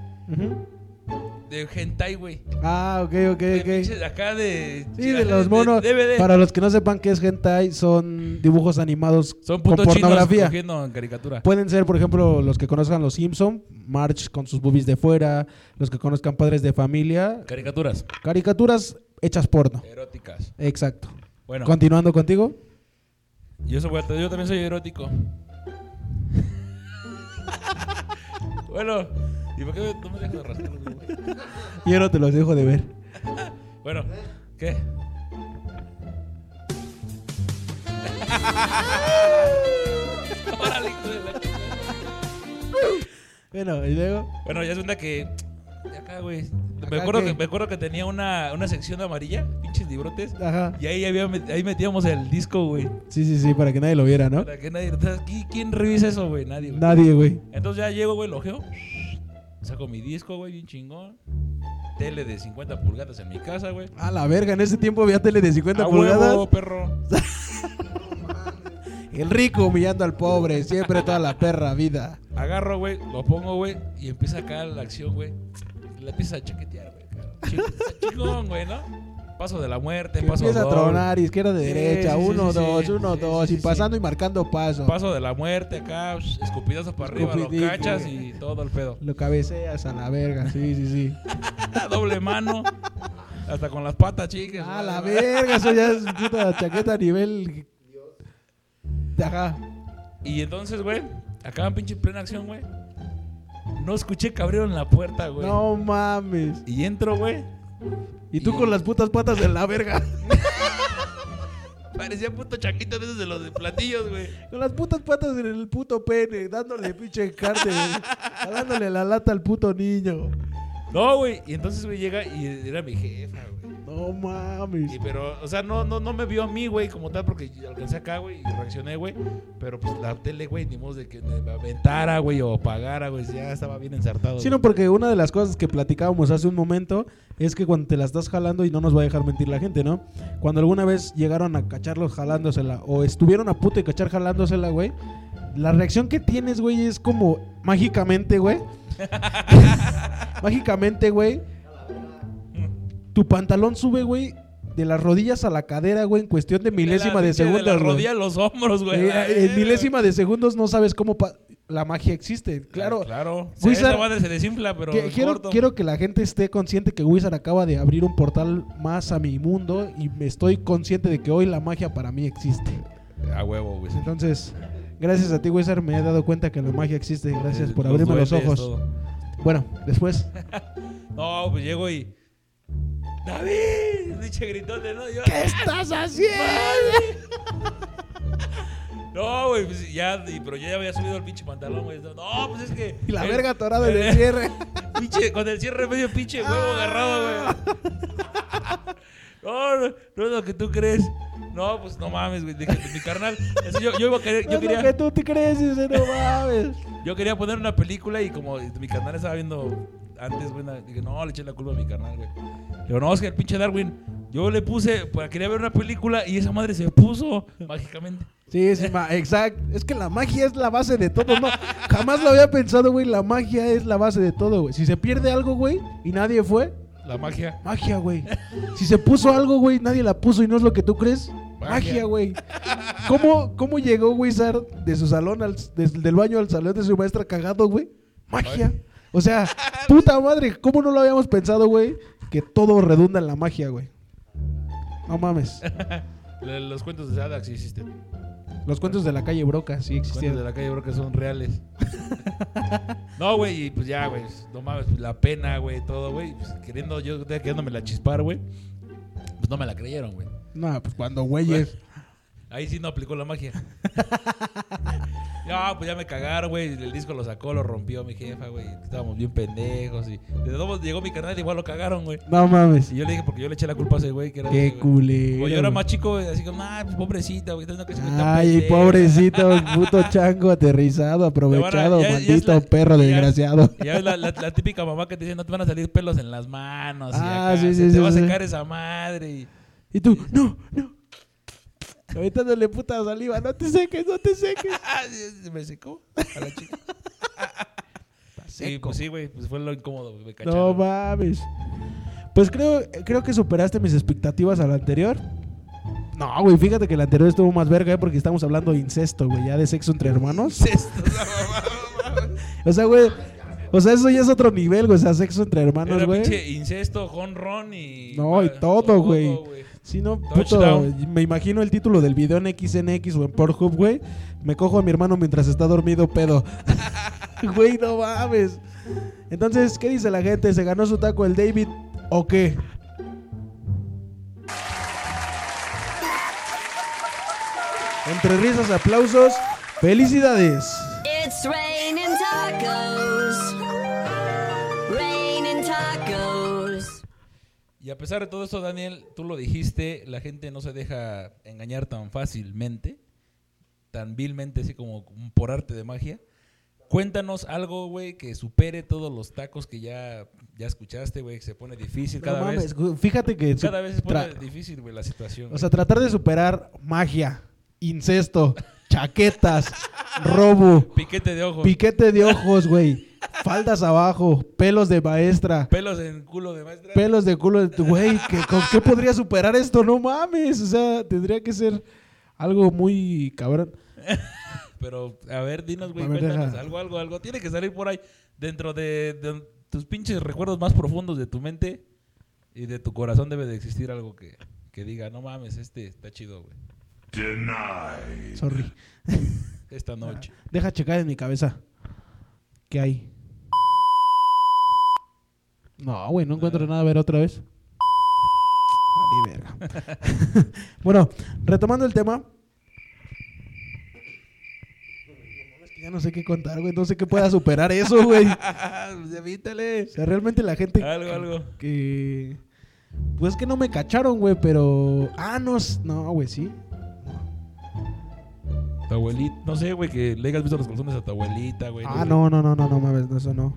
Speaker 3: de hentai, güey.
Speaker 1: Ah, ok, ok,
Speaker 3: De
Speaker 1: ok.
Speaker 3: pinches acá de...
Speaker 1: Sí, de los monos.
Speaker 3: DVD.
Speaker 1: Para los que no sepan qué es hentai, son dibujos animados
Speaker 3: Son
Speaker 1: con
Speaker 3: putos chinos
Speaker 1: pornografía.
Speaker 3: cogiendo en caricatura.
Speaker 1: Pueden ser, por ejemplo, los que conozcan los Simpson, March con sus boobies de fuera, los que conozcan padres de familia,
Speaker 3: Caricaturas
Speaker 1: caricaturas hechas porno.
Speaker 3: eróticas.
Speaker 1: Exacto.
Speaker 3: Bueno,
Speaker 1: Continuando contigo.
Speaker 3: Yo, soy- yo también soy erótico. bueno, ¿y por qué no me dejas de rascar, güey?
Speaker 1: Y ahora te los dejo de ver.
Speaker 3: Bueno, ¿qué? Órale, hijo de la chingada.
Speaker 1: Bueno, y luego.
Speaker 3: bueno, ya es una que. de acá, güey. Me
Speaker 1: ¿Acá
Speaker 3: acuerdo,
Speaker 1: qué?
Speaker 3: que, me acuerdo que tenía una, una sección amarilla, pinches librotes.
Speaker 1: Ajá.
Speaker 3: Y ahí, había, met- ahí metíamos el disco, güey.
Speaker 1: Sí, sí, sí, para que nadie lo viera, ¿no?
Speaker 3: Para que nadie. ¿qui- ¿Quién revisa eso, güey? Nadie, güey.
Speaker 1: Nadie, güey.
Speaker 3: Entonces ya llego, güey, lo ojeo. Saco mi disco, güey, bien chingón. Tele de 50 pulgadas en mi casa, güey.
Speaker 1: A la verga, en ese tiempo había tele de 50
Speaker 3: A
Speaker 1: pulgadas.
Speaker 3: huevo, perro.
Speaker 1: El rico humillando al pobre, siempre toda la perra vida.
Speaker 3: Agarro, güey, lo pongo, güey, y empieza acá la acción, güey. La empieza a chaquetear, güey. cabrón. Ching- está Chingón, güey, ¿no? Paso de la muerte,
Speaker 1: Que
Speaker 3: paso
Speaker 1: empieza a
Speaker 3: doble.
Speaker 1: tronar, izquierda,
Speaker 3: Sí,
Speaker 1: derecha,
Speaker 3: sí, sí,
Speaker 1: uno,
Speaker 3: sí,
Speaker 1: dos,
Speaker 3: sí.
Speaker 1: uno,
Speaker 3: Sí,
Speaker 1: dos,
Speaker 3: sí,
Speaker 1: y
Speaker 3: sí.
Speaker 1: pasando y marcando paso.
Speaker 3: Paso de la muerte acá, psh, escupidazo para arriba, lo
Speaker 1: Escupidito,
Speaker 3: cachas
Speaker 1: güey.
Speaker 3: y todo el pedo.
Speaker 1: Lo cabeceas a la verga, sí, sí, sí.
Speaker 3: Doble mano, hasta con las patas, chicas.
Speaker 1: A la verga, eso ya es puta chaqueta a nivel. Ajá.
Speaker 3: Y entonces, güey, acaban pinche plena acción, güey. No escuché que abrieron la puerta, güey.
Speaker 1: No mames.
Speaker 3: Y entro, güey.
Speaker 1: Y tú con las putas patas en la verga.
Speaker 3: Parecía puto chaquito de esos de los de platillos, güey.
Speaker 1: Con las putas patas en el puto pene, dándole pinche carne, dándole la lata al puto niño.
Speaker 3: No, güey. Y entonces, güey, llega y era mi jefa, güey.
Speaker 1: No mames.
Speaker 3: Y pero, o sea, no, no, no me vio a mí, güey, como tal, porque yo alcancé acá, güey, y reaccioné, güey. Pero pues la tele, güey, ni modo de que me aventara, güey, o apagara, güey. Ya estaba bien ensartado.
Speaker 1: Sino
Speaker 3: güey.
Speaker 1: porque una de las cosas que platicábamos hace un momento es que cuando te la estás jalando, y no nos va a dejar mentir la gente, ¿no? Cuando alguna vez llegaron a cacharlos jalándosela o estuvieron a punto de cachar jalándosela, güey, la reacción que tienes, güey, es como mágicamente, güey. mágicamente, güey. Tu pantalón sube, güey, de las rodillas a la cadera, güey, en cuestión de milésima
Speaker 3: la-
Speaker 1: de, segundos.
Speaker 3: De la
Speaker 1: güey.
Speaker 3: rodilla a los hombros, güey.
Speaker 1: Eh, eh, en milésima de segundos no sabes cómo pa- la magia existe. Claro,
Speaker 3: Claro. O sea,
Speaker 1: Wizard-
Speaker 3: esa madre se desinfla, pero.
Speaker 1: que-
Speaker 3: en
Speaker 1: quiero,
Speaker 3: corto.
Speaker 1: quiero que la gente esté consciente que Wizard acaba de abrir un portal más a mi mundo y me estoy consciente de que hoy la magia para mí existe.
Speaker 3: A huevo, güey.
Speaker 1: Entonces, gracias a ti Wizard me he dado cuenta que la magia existe. Gracias por
Speaker 3: Eh, Los
Speaker 1: abrirme los
Speaker 3: duendes,
Speaker 1: ojos.
Speaker 3: todo.
Speaker 1: Bueno, después.
Speaker 3: No, pues llego y. ¡David! Diche gritote, ¿no? Yo,
Speaker 1: estás haciendo?
Speaker 3: no, güey, pues ya, y- pero yo ya había subido el pinche pantalón, güey. No, pues es que.
Speaker 1: Y la
Speaker 3: el-
Speaker 1: verga atorada
Speaker 3: eh.
Speaker 1: en el cierre. Ah.
Speaker 3: pinche, con el cierre medio pinche huevo agarrado, güey. No, no, no es lo que tú crees. No, pues no mames, güey. dije, Mi carnal. Eso yo, yo iba a querer,
Speaker 1: No
Speaker 3: yo
Speaker 1: es lo que
Speaker 3: quería,
Speaker 1: tú te crees, dice, no mames.
Speaker 3: yo quería poner una película y como mi carnal estaba viendo antes, güey, na- dije, no, le eché la culpa a mi carnal, güey. Le digo, no, es que el pinche Darwin, yo le puse, pues, quería ver una película y esa madre se puso mágicamente.
Speaker 1: Sí, sí, ma- exacto. Es que la magia es la base de todo, ¿no? Jamás lo había pensado, güey. La magia es la base de todo, güey. Si se pierde algo, güey, y nadie fue,
Speaker 3: La magia.
Speaker 1: magia, güey. Si se puso algo, güey, nadie la puso y no es lo que tú crees,
Speaker 3: Magia.
Speaker 1: magia, güey. ¿Cómo, ¿Cómo llegó, güey, Sar de su salón, al, des- del baño al salón de su maestra cagado, güey? Magia. O sea, puta madre, ¿cómo no lo habíamos pensado, güey? Que todo redunda en la magia, güey. No mames.
Speaker 3: Le- Los cuentos de hadas sí existen.
Speaker 1: Los cuentos de la calle Broca sí
Speaker 3: Los
Speaker 1: existían.
Speaker 3: cuentos de la calle, bro, que son reales. no, güey, y pues ya, güey. No mames, pues, la pena, güey, todo, güey. Pues, queriendo, yo queriéndome la chispar, güey. Pues no me la creyeron, güey.
Speaker 1: No, pues cuando güeyes.
Speaker 3: Ahí sí no aplicó la magia. No, pues ya me cagaron, güey. El disco lo sacó, lo rompió mi jefa, güey. Estábamos bien pendejos. Y de todos llegó mi carnal, igual lo cagaron, güey.
Speaker 1: No mames.
Speaker 3: Y yo le dije, porque yo le eché la culpa a ese güey que era.
Speaker 1: Qué
Speaker 3: güey.
Speaker 1: culero.
Speaker 3: Güey, yo era
Speaker 1: güey.
Speaker 3: más chico, güey, así como, ah, pues, pobrecita, güey. estás viendo que se me está
Speaker 1: Ay,
Speaker 3: pendejo".
Speaker 1: pobrecito, puto chango aterrizado, aprovechado,
Speaker 3: Te van a- ya- ya es
Speaker 1: maldito
Speaker 3: la-
Speaker 1: perro
Speaker 3: ya-
Speaker 1: desgraciado.
Speaker 3: Y Ya ves la, la- la típica mamá que te dice, no te van a salir pelos en las manos.
Speaker 1: Ah,
Speaker 3: y acá,
Speaker 1: sí,
Speaker 3: se
Speaker 1: sí,
Speaker 3: te
Speaker 1: sí,
Speaker 3: va a
Speaker 1: sí.
Speaker 3: secar esa madre. y-
Speaker 1: Y tú, no, no. Aventándole puta saliva, no te seques, no te seques.
Speaker 3: Ah, sí, sí, me secó a la chica. Sí, pues sí, güey, pues fue lo incómodo, güey, me
Speaker 1: No
Speaker 3: cacharon.
Speaker 1: mames. Pues creo, creo que superaste mis expectativas a la anterior. No, güey, fíjate que la anterior estuvo más verga, ¿eh? porque estamos hablando de incesto, güey, ya de sexo entre hermanos.
Speaker 3: Esto, no, no, no, no.
Speaker 1: O sea, güey, o sea, eso ya es otro nivel, güey, o sea, sexo entre hermanos,
Speaker 3: Era
Speaker 1: güey.
Speaker 3: pinche incesto, jonrón y...
Speaker 1: No, y todo, güey. Si no, puto,
Speaker 3: Touchdown.
Speaker 1: me imagino el título del video en XNX o en Pornhub, güey. Me cojo a mi hermano mientras está dormido, pedo. Güey, no mames. Entonces, ¿qué dice la gente? ¿Se ganó su taco el David o qué? Entre risas, aplausos, felicidades.
Speaker 5: It's raining tacos. Raining tacos.
Speaker 3: Y a pesar de todo eso, Daniel, tú lo dijiste, la gente no se deja engañar tan fácilmente, tan vilmente, así como por arte de magia. Cuéntanos algo, güey, que supere todos los tacos que ya, ya escuchaste, güey, que se pone difícil cada
Speaker 1: No mames,
Speaker 3: vez.
Speaker 1: güey, fíjate que su-
Speaker 3: Cada vez se pone
Speaker 1: tra-
Speaker 3: difícil, güey, la situación.
Speaker 1: O sea, tratar de superar magia, incesto, chaquetas, robo,
Speaker 3: güey. piquete de ojo,
Speaker 1: piquete de ojos, güey, faldas abajo, pelos de maestra,
Speaker 3: pelos en culo de maestra.
Speaker 1: pelos de culo de tu güey. ¿qué- ¿Con qué podría superar esto? No mames. O sea, tendría que ser algo muy cabrón.
Speaker 3: Pero, a ver, dinos, güey,
Speaker 1: A ver,
Speaker 3: cuéntanos
Speaker 1: deja.
Speaker 3: algo, algo, algo. Tiene que salir por ahí dentro de, de tus pinches recuerdos más profundos de tu mente y de tu corazón debe de existir algo que, que diga, no mames, este está chido, güey.
Speaker 1: Sorry. Ah.
Speaker 3: Esta noche.
Speaker 1: Deja checar en mi cabeza. ¿Qué hay? No, güey, no encuentro
Speaker 3: Ah.
Speaker 1: nada. A ver, otra vez. Vale, verga. bueno, retomando el tema. Es que Ya no sé qué contar, güey. No sé qué pueda superar eso, güey. O pues
Speaker 3: evítale.
Speaker 1: sea, realmente la gente
Speaker 3: Algo, algo.
Speaker 1: que... Pues que no me cacharon, güey, pero... Ah, no, s- no, güey, sí.
Speaker 3: Tu abuelita, no sé, güey, que le hayas visto los calzones a tu abuelita, güey.
Speaker 1: Ah, no, no, no, no, no, mames, no, eso no.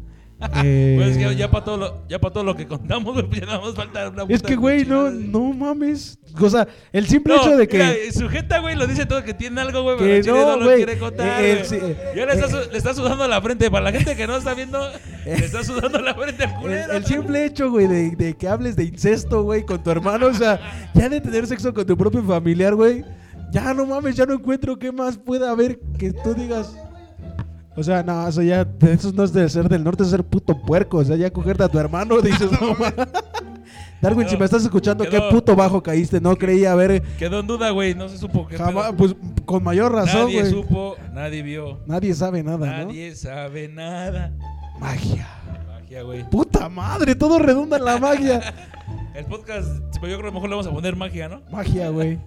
Speaker 1: Eh,
Speaker 3: Pues ya, ya para todo, lo- ya pa' todo lo que contamos, güey, pues ya nada más falta una
Speaker 1: Es
Speaker 3: puta
Speaker 1: que, güey, no,
Speaker 3: cochinada,
Speaker 1: no mames. O sea, el simple
Speaker 3: No,
Speaker 1: hecho de que.
Speaker 3: mira, sujeta, güey, lo dice todo que tiene algo, güey,
Speaker 1: Que
Speaker 3: pero el chile
Speaker 1: no,
Speaker 3: no, lo
Speaker 1: güey.
Speaker 3: quiere contar.
Speaker 1: Eh,
Speaker 3: güey.
Speaker 1: sí, eh,
Speaker 3: ya le está, su- le está sudando la frente. Para la gente que no está viendo, le está sudando la frente al
Speaker 1: el,
Speaker 3: culero.
Speaker 1: el simple hecho, güey, de, de que hables de incesto, güey, con tu hermano, o sea, ya de tener sexo con tu propio familiar, güey, ya no mames, ya no encuentro qué más pueda haber que tú digas. O sea, no, eso ya, eso no es de ser del norte, es ser puto puerco, o sea, ya cogerte a tu hermano, dices, no mames. Darwin, si me estás escuchando,
Speaker 3: quedó-
Speaker 1: qué puto bajo caíste, no creía haber
Speaker 3: Quedó en duda, güey, no se supo qué
Speaker 1: jamás,
Speaker 3: pedo.
Speaker 1: pues con mayor razón,
Speaker 3: Nadie
Speaker 1: güey.
Speaker 3: supo, nadie vio,
Speaker 1: Nadie sabe nada,
Speaker 3: nadie sabe nada.
Speaker 1: ¿no? Magia.
Speaker 3: Magia, güey.
Speaker 1: Puta madre, todo redunda en la magia.
Speaker 3: El podcast, yo creo que a lo mejor le vamos a poner magia, ¿no?
Speaker 1: Magia, güey.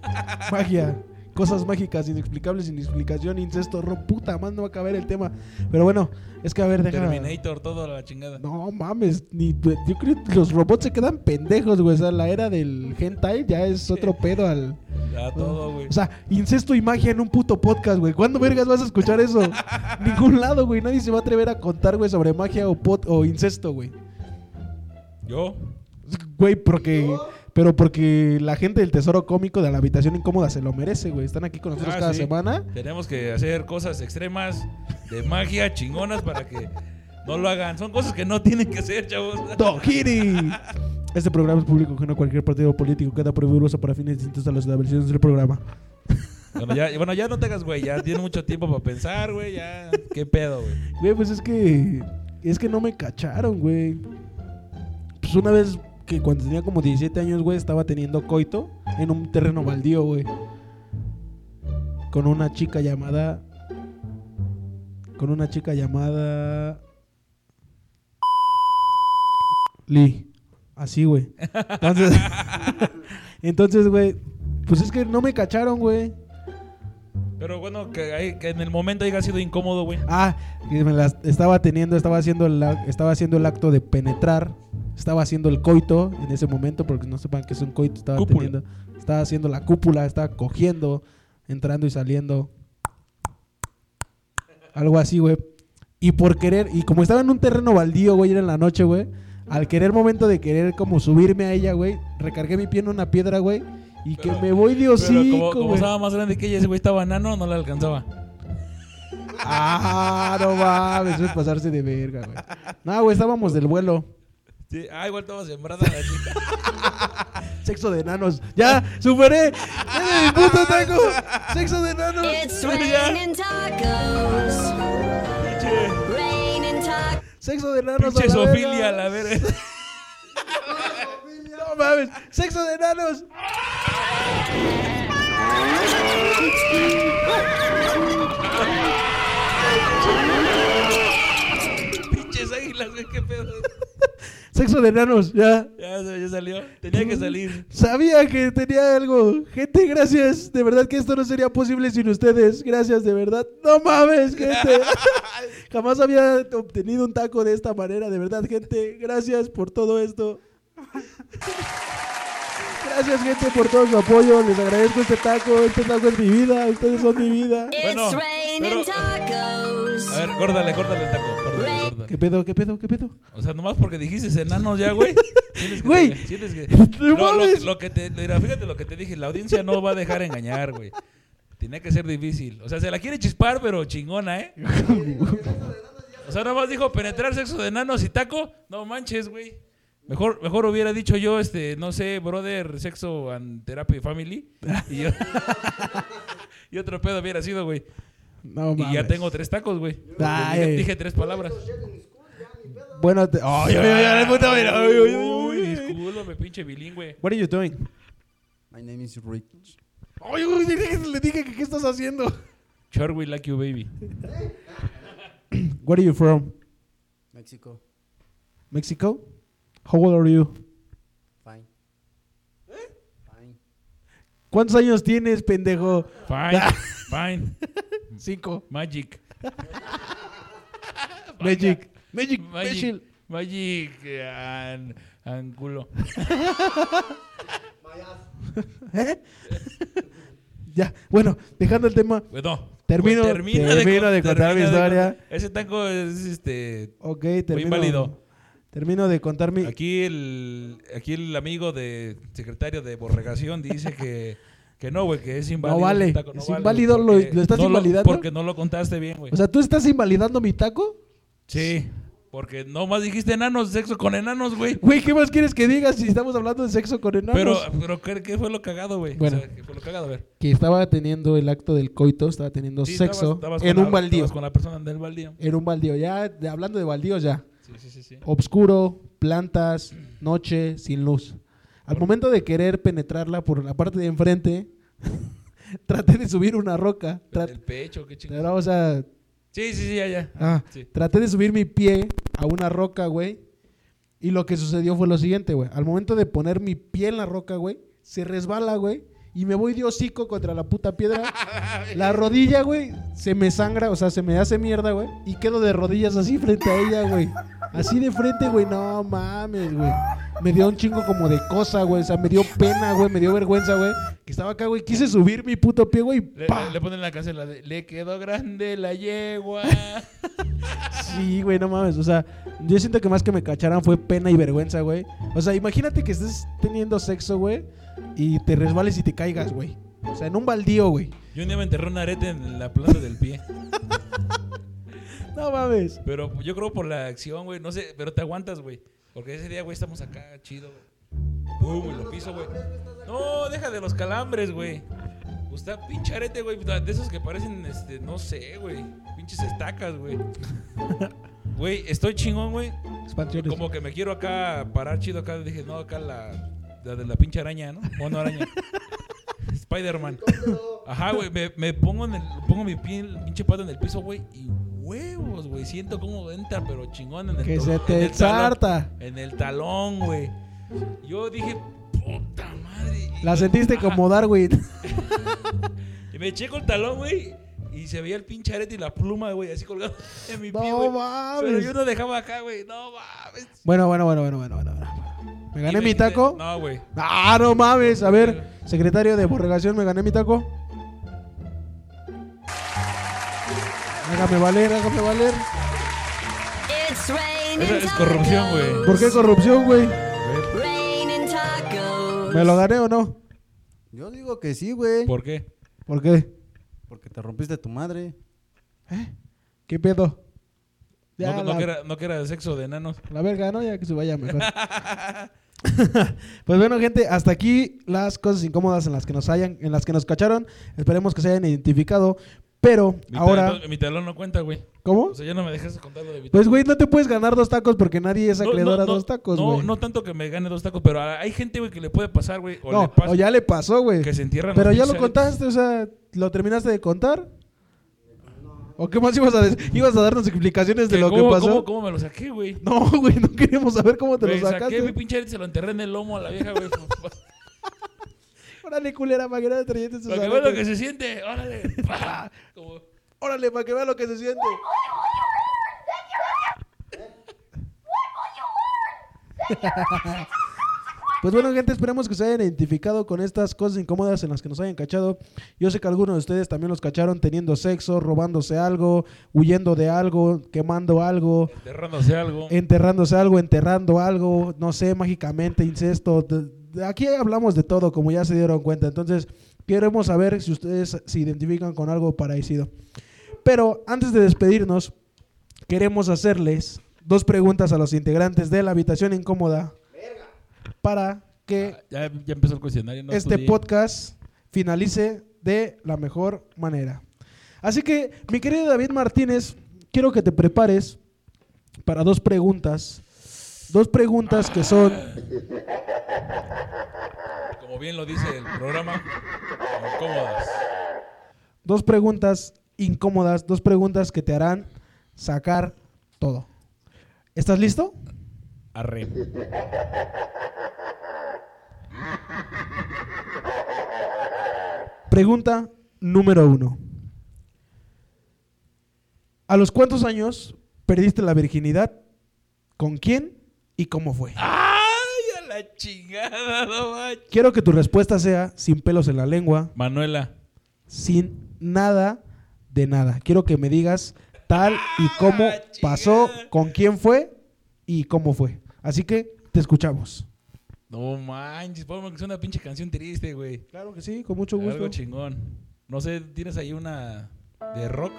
Speaker 1: Magia. Cosas mágicas, inexplicables, sin explicación, incesto, ro, puta, más no va a caber el tema. Pero bueno, es que a ver, deja.
Speaker 3: Terminator, todo la chingada.
Speaker 1: No mames, ni, yo creo que los robots se quedan pendejos, güey. O sea, la era del hentai ya es otro pedo al.
Speaker 3: Ya todo, güey.
Speaker 1: O sea, incesto y magia en un puto podcast, güey. ¿Cuándo vergas vas a escuchar eso? Ningún lado, güey. Nadie se va a atrever a contar, güey, sobre magia o, pot o incesto, güey.
Speaker 3: Yo,
Speaker 1: Güey, porque pero porque la gente del Tesoro Cómico de la Habitación Incómoda se lo merece, güey. Están aquí con nosotros
Speaker 3: Ah,
Speaker 1: cada
Speaker 3: sí.
Speaker 1: semana.
Speaker 3: Tenemos que hacer cosas extremas de magia chingonas para que no lo hagan. Son cosas que no tienen que hacer, chavos.
Speaker 1: ¡Dogiri! Este programa es público, que no cualquier partido político queda prohibido para fines distintos a los establecidos del programa.
Speaker 3: Bueno ya, bueno, ya no te hagas, güey. Ya tienes mucho tiempo para pensar, güey. Ya, qué pedo, güey.
Speaker 1: Güey, pues es que. Es que no me cacharon, güey. Pues una vez que cuando tenía como 17 años, güey, estaba teniendo coito en un terreno baldío, güey. Con una chica llamada. Con una chica llamada. Lee. Así, güey. Entonces. Entonces, güey. Pues es que no me cacharon, güey.
Speaker 3: Pero bueno, que, ahí- que en el momento haya sido incómodo, güey.
Speaker 1: Ah, que me las estaba teniendo, estaba haciendo, el ac- estaba haciendo el acto de penetrar, estaba haciendo el coito en ese momento, porque no sepan que es un coito, estaba
Speaker 3: Cúpula.
Speaker 1: teniendo, estaba haciendo la cúpula, estaba cogiendo, entrando y saliendo. Algo así, güey. Y por querer, y como estaba en un terreno baldío, güey, era en la noche, güey. Al querer momento de querer como subirme a ella, güey, recargué mi pie en una piedra, güey, y
Speaker 3: Pero-
Speaker 1: que me voy de
Speaker 3: Pero
Speaker 1: hocico,
Speaker 3: como, como
Speaker 1: güey.
Speaker 3: estaba más grande que ella, ese güey estaba nano, no la alcanzaba.
Speaker 1: Ah, no mames, eso es pasarse de verga, güey. No, güey, estábamos del vuelo.
Speaker 3: Sí, ah, igual estaba sembrada la chica.
Speaker 1: Sexo de enanos. Ya, superé. ¡Eh, puto taco! Sexo de enanos.
Speaker 5: It's raining tacos.
Speaker 3: Pinche,
Speaker 5: Raining tacos.
Speaker 1: Sexo de enanos. a
Speaker 3: pinche
Speaker 1: la verga.
Speaker 3: sofilia, la verga.
Speaker 1: No mames, sexo de enanos.
Speaker 3: Pinches águilas, güey, qué pedo.
Speaker 1: Sexo de enanos, ya.
Speaker 3: Ya, se- ya salió. Tenía que salir.
Speaker 1: Sabía que tenía algo. Gente, gracias. De verdad que esto no sería posible sin ustedes. Gracias, de verdad. No mames, gente. Jamás había obtenido un taco de esta manera. De verdad, gente. Gracias por todo esto. Gracias, gente, por todo su apoyo. Les agradezco este taco. Este taco es mi vida. Ustedes son mi vida.
Speaker 5: It's
Speaker 3: Bueno,
Speaker 5: raining
Speaker 3: pero- A
Speaker 5: tacos.
Speaker 3: ver, córdale, córdale el taco. Córdale, córdale.
Speaker 1: ¿Qué pedo, qué pedo, qué pedo?
Speaker 3: O sea, nomás porque dijiste enanos ya, güey. Tienes que-
Speaker 1: Güey,
Speaker 3: tienes que-
Speaker 1: no
Speaker 3: Lo, lo-
Speaker 1: mames.
Speaker 3: lo que te, mira, fíjate lo que te dije. La audiencia no va a dejar engañar, güey. Tiene que ser difícil. O sea, se la quiere chispar, pero chingona, ¿eh? O sea, nomás dijo penetrar sexo de enanos y taco. No manches, güey. Mejor, mejor hubiera dicho yo, este, no sé, brother, sexo and therapy family. Y, yo- y otro pedo hubiera sido, güey.
Speaker 1: No
Speaker 3: Y ya tengo tres tacos, güey.
Speaker 1: Ay.
Speaker 3: Dije, dije tres palabras.
Speaker 1: Bueno, te... ay, ay, ay, ay, puta, mira. Ay, ay, ay,
Speaker 3: Uy,
Speaker 1: ay.
Speaker 3: discúlpame, pinche bilingüe.
Speaker 1: What are you doing?
Speaker 4: My name is Rich.
Speaker 1: Ay, uy, le dije que qué estás haciendo.
Speaker 3: Sure we like you, baby.
Speaker 1: Where are you from?
Speaker 4: México.
Speaker 1: Mexico? How old are you?
Speaker 4: Fine.
Speaker 1: ¿Eh?
Speaker 4: Fine.
Speaker 1: ¿Cuántos años tienes, pendejo?
Speaker 3: Fine, fine.
Speaker 1: Cinco.
Speaker 3: Magic.
Speaker 1: Magic. Magic.
Speaker 3: Magic. Magic and, and culo.
Speaker 1: ¿Eh? ya, bueno, dejando el tema.
Speaker 3: Bueno, pues,
Speaker 1: Termino- termino de contar mi historia.
Speaker 3: ese taco es este.
Speaker 1: Ok, termino.
Speaker 3: inválido.
Speaker 1: Termino de contar mi.
Speaker 3: Aquí el, aquí el amigo de secretario de Borregación dice que, que no, güey, que es inválido.
Speaker 1: vale,
Speaker 3: el taco,
Speaker 1: es inválido, lo-
Speaker 3: porque
Speaker 1: lo estás
Speaker 3: no
Speaker 1: invalidando.
Speaker 3: porque no lo contaste bien, güey.
Speaker 1: O sea, ¿tú estás invalidando mi taco?
Speaker 3: sí, porque nomás dijiste enanos, sexo con enanos, güey.
Speaker 1: Güey, ¿qué más quieres que digas si estamos hablando de sexo con enanos?
Speaker 3: Pero, pero ¿qué, qué fue lo cagado, güey?
Speaker 1: Bueno.
Speaker 3: O sea, ¿qué fue lo cagado? A ver.
Speaker 1: que estaba teniendo el acto del coito, estaba teniendo
Speaker 3: Sí,
Speaker 1: sexo
Speaker 3: estabas- estabas
Speaker 1: en
Speaker 3: con
Speaker 1: un
Speaker 3: la-
Speaker 1: baldío.
Speaker 3: estabas con la persona del baldío.
Speaker 1: En un baldío, ya de- hablando de baldíos ya.
Speaker 3: Sí, sí, sí. sí.
Speaker 1: Obscuro, plantas, noche, sin luz. Al momento de querer penetrarla por la parte de enfrente, traté de subir una roca. tra-
Speaker 3: el pecho, qué chingada.
Speaker 1: Pero, o sea,
Speaker 3: Sí, sí, sí, ya, ya.
Speaker 1: ah,
Speaker 3: Sí.
Speaker 1: traté de subir mi pie a una roca, güey. Y lo que sucedió fue lo siguiente, güey. Al momento de poner mi pie en la roca, güey, se resbala, güey. Y me voy de hocico contra la puta piedra. La rodilla, güey, se me sangra, o sea, se me hace mierda, güey. Y quedo de rodillas así frente a ella, güey. Así de frente, güey. No mames, güey. Me dio un chingo como de cosa, güey. O sea, me dio pena, güey. Me dio vergüenza, güey. Que estaba acá, güey. Quise subir mi puto pie, güey.
Speaker 3: Le,
Speaker 1: ¡pa!
Speaker 3: le ponen la canción, la de, le quedó grande la yegua.
Speaker 1: Sí, güey, no mames. O sea, yo siento que más que me cacharan fue pena y vergüenza, güey. O sea, imagínate que estés teniendo sexo, güey. Y te resbales y te caigas, güey. O sea, en un baldío, güey.
Speaker 3: Yo un día me enterré un arete en la planta del pie.
Speaker 1: No mames.
Speaker 3: Pero yo creo por la acción, güey. No sé, pero te aguantas, güey. Porque ese día, güey, estamos acá, chido, güey. Pum, y lo piso, güey. No, deja de los calambres, güey. Usted pincharete, güey. De esos que parecen, este, no sé, güey. Pinches estacas, güey. Güey, estoy chingón, güey.
Speaker 1: Expansiones.
Speaker 3: Como que me quiero acá parar chido acá. Dije, no, acá la, la de la pinche araña, ¿no? Mono araña. Spider-Man. Ajá, güey. Me, me pongo, en el, pongo mi pie, el pinche pato en el piso, güey. Y huevos, güey. Siento cómo entra, pero chingón en el
Speaker 1: Que
Speaker 3: to-
Speaker 1: se
Speaker 3: en
Speaker 1: te
Speaker 3: el talón.
Speaker 1: exarta.
Speaker 3: En el talón, güey. Yo dije, puta madre. Y-
Speaker 1: La sentiste
Speaker 3: Ajá.
Speaker 1: como Darwin.
Speaker 3: Y me checo el talón, güey. Y se veía el pinche arete y la pluma, güey, así colgado en mi
Speaker 1: No
Speaker 3: pie, güey. Pero
Speaker 1: mames.
Speaker 3: yo no dejaba acá, güey. No mames.
Speaker 1: Bueno, bueno, bueno, bueno, bueno, bueno, bueno. ¿Me gané
Speaker 3: Y
Speaker 1: mi
Speaker 3: me-
Speaker 1: taco?
Speaker 3: No, güey.
Speaker 1: Ah, no mames. A ver, secretario de Borregación, ¿me gané mi taco? Hágame valer, hágame valer.
Speaker 5: It's raining
Speaker 3: Esa es corrupción, güey.
Speaker 1: ¿Por qué corrupción, güey?
Speaker 5: Raining tacos.
Speaker 1: ¿Me lo gané o no?
Speaker 4: Yo digo que sí, güey.
Speaker 3: ¿Por qué?
Speaker 1: ¿Por qué?
Speaker 4: Porque te rompiste tu madre.
Speaker 1: ¿Qué pedo? Ya,
Speaker 3: No, no
Speaker 1: la,
Speaker 3: que era, no que era de sexo de enanos.
Speaker 1: la verga, ¿no? Ya que se vaya mejor. pues bueno, gente, hasta aquí las cosas incómodas en las que nos hayan, en las que nos cacharon. Esperemos que se hayan identificado. Pero
Speaker 3: Mi
Speaker 1: ahora,
Speaker 3: talón- mi talón no cuenta, güey.
Speaker 1: ¿cómo?
Speaker 3: O sea, ya no me dejas contar lo de mi
Speaker 1: Pues, güey, no te puedes ganar dos tacos porque nadie es
Speaker 3: No, no,
Speaker 1: acreedor a
Speaker 3: no,
Speaker 1: dos tacos,
Speaker 3: No,
Speaker 1: güey.
Speaker 3: no tanto que me gane dos tacos, pero a- hay gente, güey, que le puede pasar, güey. O
Speaker 1: No,
Speaker 3: le pasa
Speaker 1: o ya le pasó, güey.
Speaker 3: que se entierran.
Speaker 1: Pero
Speaker 3: los
Speaker 1: ya lo
Speaker 3: pinches-
Speaker 1: contaste, o sea, ¿lo terminaste de contar? ¿O qué más ibas a decir? ¿Ibas a darnos explicaciones de
Speaker 3: que
Speaker 1: lo que
Speaker 3: cómo-
Speaker 1: pasó?
Speaker 3: ¿Cómo, cómo me lo saqué, güey?
Speaker 1: No, güey, no queremos saber cómo te
Speaker 3: Güey,
Speaker 1: lo
Speaker 3: saqué mi
Speaker 1: sacaste.
Speaker 3: pinche arete y se lo enterré en el lomo a la vieja, güey. Para
Speaker 1: Órale, culera, para que no te trayentes tus
Speaker 3: que vea lo
Speaker 1: aretes.
Speaker 3: que se siente. Órale. Pa. Como-
Speaker 1: Órale, para que vea lo que se siente. Pues bueno, gente, esperamos que se hayan identificado con estas cosas incómodas en las que nos hayan cachado. Yo sé que algunos de ustedes también los cacharon teniendo sexo, robándose algo, huyendo de algo, quemando algo,
Speaker 3: Enterrándose algo.
Speaker 1: enterrándose algo, enterrando algo, no sé, mágicamente, incesto. de- de- Aquí hablamos de todo, como ya se dieron cuenta. Entonces, queremos saber si ustedes se identifican con algo parecido. Pero antes de despedirnos, queremos hacerles dos preguntas a los integrantes de la habitación incómoda para que
Speaker 3: Ah, Ya, ya empezó el cuestionario. No
Speaker 1: este
Speaker 3: estudié.
Speaker 1: podcast finalice de la mejor manera. Así que, mi querido David Martínez, quiero que te prepares para dos preguntas. Dos preguntas que son...
Speaker 3: Como bien lo dice el programa, incómodas.
Speaker 1: Dos preguntas incómodas, dos preguntas que te harán sacar todo. ¿Estás listo?
Speaker 3: Arre.
Speaker 1: Pregunta número uno. ¿A los cuántos años perdiste la virginidad? ¿Con quién? ¿Y cómo fue?
Speaker 3: ¡Ay, a la chingada, no manches!
Speaker 1: Quiero que tu respuesta sea sin pelos en la lengua,
Speaker 3: Manuela,
Speaker 1: sin nada de nada. Quiero que me digas tal y cómo
Speaker 3: Ah, chingada.
Speaker 1: pasó, con quién fue y cómo fue. Así que te escuchamos.
Speaker 3: no manches, ponme que es una pinche canción triste, güey.
Speaker 1: Claro que sí, con mucho
Speaker 3: Algo chingón. No sé, ¿tienes ahí una de rock?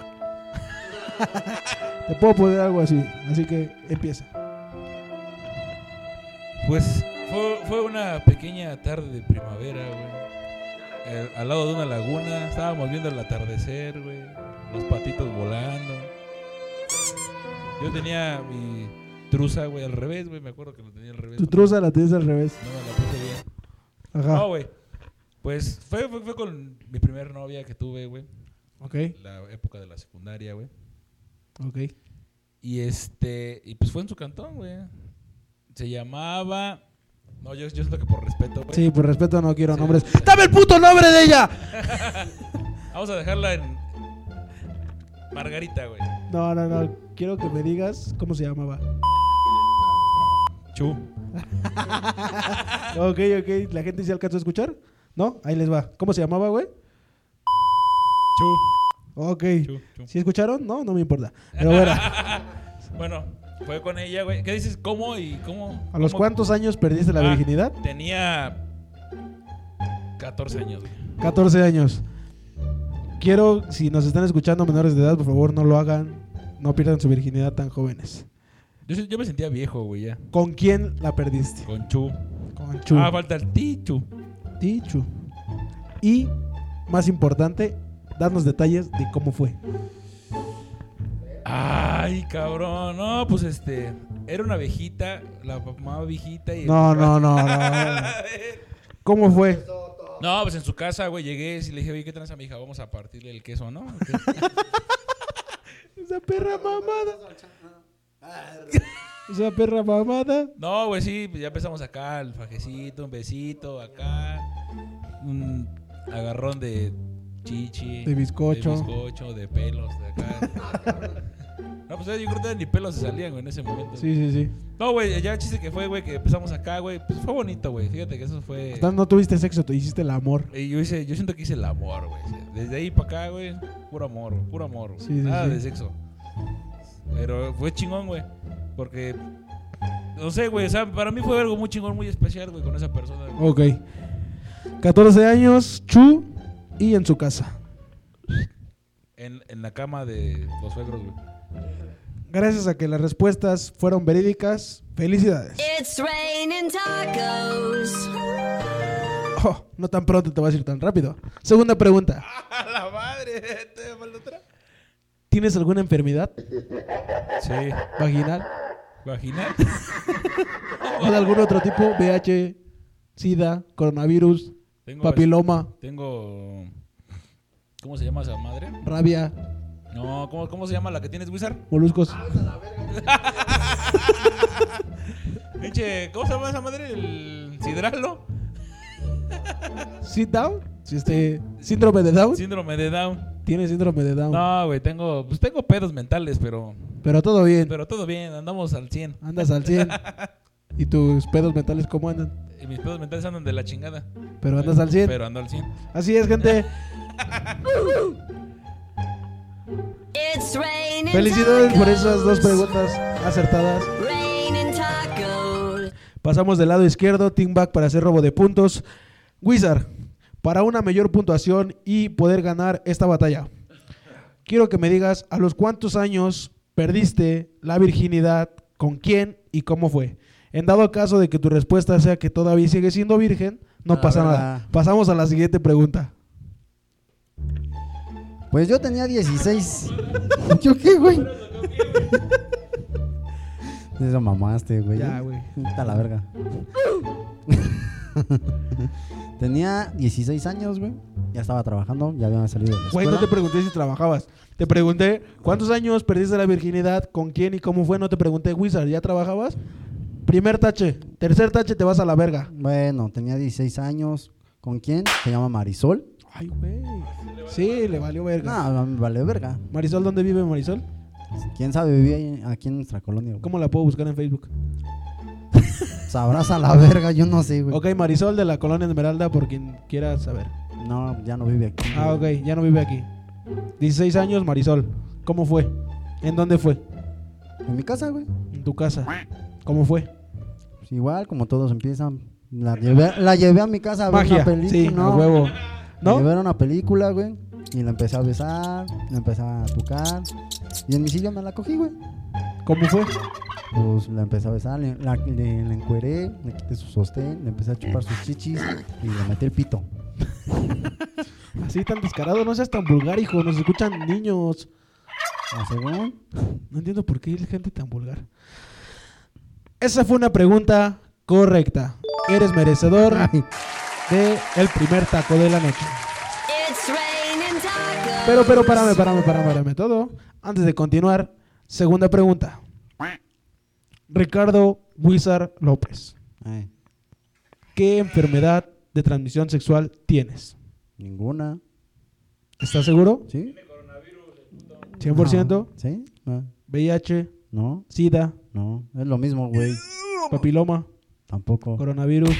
Speaker 1: Te puedo poner algo así, así que empieza.
Speaker 3: Pues fue, fue una pequeña tarde de primavera, güey. Eh, al lado de una laguna, estábamos viendo el atardecer, güey. Los patitos volando. Yo tenía mi truza, güey, al revés, güey. Me acuerdo que lo tenía al revés.
Speaker 1: Tu truza la tienes al revés.
Speaker 3: No me la puse bien.
Speaker 1: Ajá.
Speaker 3: No, güey. Pues fue, fue, fue con mi primer novia que tuve, güey.
Speaker 1: Ok,
Speaker 3: La época de la secundaria, güey.
Speaker 1: ok.
Speaker 3: Y este. Y pues fue en su cantón, güey. Se llamaba. No, yo, yo siento que por respeto, güey.
Speaker 1: Sí, por respeto no quiero
Speaker 3: Sí.
Speaker 1: nombres. ¡Dame el puto nombre de ella!
Speaker 3: Vamos a dejarla en. Margarita, güey.
Speaker 1: No, no, no. Quiero que me digas cómo se llamaba.
Speaker 3: Chu.
Speaker 1: Ok, ok. ¿La gente se alcanzó a escuchar? ¿No? Ahí les va. ¿Cómo se llamaba, güey?
Speaker 3: Chu.
Speaker 1: Ok.
Speaker 3: Chu, chu.
Speaker 1: ¿Sí escucharon? No, no me importa. Pero bueno,
Speaker 3: Bueno, fue con ella, güey. ¿Qué dices? ¿Cómo y cómo?
Speaker 1: ¿a los
Speaker 3: cómo-
Speaker 1: cuántos años perdiste la
Speaker 3: Ah,
Speaker 1: virginidad?
Speaker 3: Tenía 14 años, güey.
Speaker 1: 14 años. Quiero, si nos están escuchando menores de edad, por favor, no lo hagan. No pierdan su virginidad tan jóvenes.
Speaker 3: Yo, se- yo me sentía viejo, güey, ya.
Speaker 1: ¿Con quién la perdiste?
Speaker 3: Con Chu.
Speaker 1: Con Chu.
Speaker 3: Ah, falta el Tichu.
Speaker 1: Sí, Chu. Y, más importante, darnos detalles de cómo fue.
Speaker 3: Ay, cabrón. No, pues este. Era una viejita, la mamá viejita y.
Speaker 1: No, no, no, no. ¿Cómo fue?
Speaker 3: No, pues en su casa, güey, llegué y le dije, oye, ¿qué tranza, mi hija? Vamos a partirle el queso, ¿no? ¿O qué?"
Speaker 1: Esa perra mamada. Esa perra mamada.
Speaker 3: No, güey, sí, pues ya empezamos acá, el fajecito, un besito, acá, un agarrón de chichi.
Speaker 1: De bizcocho.
Speaker 3: De bizcocho, de pelos, de acá. no, pues yo creo que ni pelos se salían, güey, en ese momento.
Speaker 1: Sí, sí, sí.
Speaker 3: No, güey, ya el chiste que fue, güey, que empezamos acá, güey, pues fue bonito, güey, fíjate que eso fue...
Speaker 1: Entonces, No tuviste sexo, te hiciste el amor.
Speaker 3: Y yo, hice, yo siento que hice el amor, güey. Desde ahí para acá, güey, puro amor, puro amor. güey.
Speaker 1: Sí, sí,
Speaker 3: Nada
Speaker 1: sí.
Speaker 3: de sexo. Pero fue chingón, güey. Porque, no sé, güey, o sea, para mí fue algo muy chingón, muy especial, güey, con esa persona. güey.
Speaker 1: Ok. 14 años, Chu y en su casa.
Speaker 3: En, en la cama de los suegros, güey.
Speaker 1: Gracias a que las respuestas fueron verídicas, felicidades.
Speaker 5: It's raining tacos.
Speaker 1: Oh, no tan pronto te vas a ir tan rápido. Segunda pregunta.
Speaker 3: ¡A la madre! ¿Te falta otra?
Speaker 1: ¿Tienes alguna enfermedad
Speaker 3: Sí.
Speaker 1: vaginal?
Speaker 3: Vaginal.
Speaker 1: ¿O de algún otro tipo? VH, SIDA, coronavirus,
Speaker 3: Tengo
Speaker 1: papiloma,
Speaker 3: Tengo. ¿Cómo se llama esa madre?
Speaker 1: rabia,
Speaker 3: No, ¿cómo, cómo se llama la que tienes, Wizard?
Speaker 1: moluscos.
Speaker 3: Ah. Pinche, ¿cómo se llama esa madre? El sidralo.
Speaker 1: ¿Sit down? Si este, ¿Síndrome de Down?
Speaker 3: Síndrome de Down.
Speaker 1: Tiene síndrome de Down.
Speaker 3: No, güey, tengo. Pues tengo pedos mentales, pero.
Speaker 1: Pero todo bien.
Speaker 3: Pero todo bien, andamos al 100.
Speaker 1: Andas al 100. ¿Y tus pedos mentales cómo andan?
Speaker 3: Y mis pedos mentales andan de la chingada.
Speaker 1: Pero andas al 100.
Speaker 3: Pero ando al 100.
Speaker 1: Así es, gente.
Speaker 5: It's raining
Speaker 1: Felicidades por esas dos
Speaker 5: tacos.
Speaker 1: preguntas acertadas.
Speaker 5: Raining tacos.
Speaker 1: Pasamos del lado izquierdo, Team Back para hacer robo de puntos. Wizard, para una mayor puntuación y poder ganar esta batalla. Quiero que me digas a los cuántos años perdiste la virginidad, con quién y cómo fue. En dado caso de que tu respuesta sea que todavía sigue siendo virgen, no
Speaker 4: Ah,
Speaker 1: pasa nada.
Speaker 4: ¿verdad?
Speaker 1: Pasamos a la siguiente pregunta.
Speaker 4: Pues yo tenía 16. ¿Yo qué, güey? Eso mamaste, güey.
Speaker 1: Ya, güey.
Speaker 4: Puta la verga. tenía 16 años, güey. Ya estaba trabajando, ya había salido de la
Speaker 1: Güey, no
Speaker 4: escuela.
Speaker 1: te pregunté si trabajabas. Te pregunté cuántos años perdiste la virginidad, con quién y cómo fue. No te pregunté, Wizard, ¿ya trabajabas? Primer tache. Tercer tache, te vas a la verga.
Speaker 4: Bueno, tenía 16 años. ¿Con quién? Se llama Marisol.
Speaker 1: Ay, güey. Sí, le valió verga.
Speaker 4: No, no, vale verga.
Speaker 1: Marisol, ¿dónde vive Marisol?
Speaker 4: ¿Quién sabe? Vivía ahí- aquí en nuestra colonia, güey.
Speaker 1: ¿Cómo la puedo buscar en Facebook?
Speaker 4: Sabrás a la verga, yo no sé, güey.
Speaker 1: Ok, Marisol de la colonia Esmeralda, por quien quiera saber.
Speaker 4: No, ya no vive aquí.
Speaker 1: Ah,
Speaker 4: güey.
Speaker 1: ok, ya no vive aquí. 16 años, Marisol. ¿Cómo fue? ¿En dónde fue?
Speaker 4: En mi casa, güey.
Speaker 1: En tu casa. ¿Cómo fue?
Speaker 4: Pues igual, como todos empiezan. La llevé, la llevé a mi casa a ver
Speaker 1: Magia.
Speaker 4: una película.
Speaker 1: Sí,
Speaker 4: no,
Speaker 1: a huevo.
Speaker 4: La
Speaker 1: ¿No?
Speaker 4: Llevé a una película, güey. Y la empecé a besar, la empecé a tocar. Y en mi silla me la cogí, güey.
Speaker 1: ¿Cómo fue?
Speaker 4: Pues la empecé a besar, le, la, le- la encueré, le quité su sostén, le empecé a chupar sus chichis y le metí el pito.
Speaker 1: Así tan descarado, no seas tan vulgar, hijo. Nos escuchan niños.
Speaker 4: A según,
Speaker 1: No entiendo por qué hay gente tan vulgar. Esa fue una pregunta correcta. Eres merecedor de el primer taco de la noche.
Speaker 5: It's raining tacos.
Speaker 1: Pero, pero, párame, párame, párame, párame todo. Antes de continuar, segunda pregunta. Ricardo Wizard López,
Speaker 4: eh,
Speaker 1: ¿qué enfermedad de transmisión sexual tienes?
Speaker 4: ninguna.
Speaker 1: ¿Estás seguro?
Speaker 4: ¿Sí?
Speaker 1: 100%.
Speaker 4: No. ¿Sí? No,
Speaker 1: VIH,
Speaker 4: No,
Speaker 1: SIDA.
Speaker 4: no, es lo mismo, güey.
Speaker 1: Papiloma,
Speaker 4: Tampoco.
Speaker 1: coronavirus.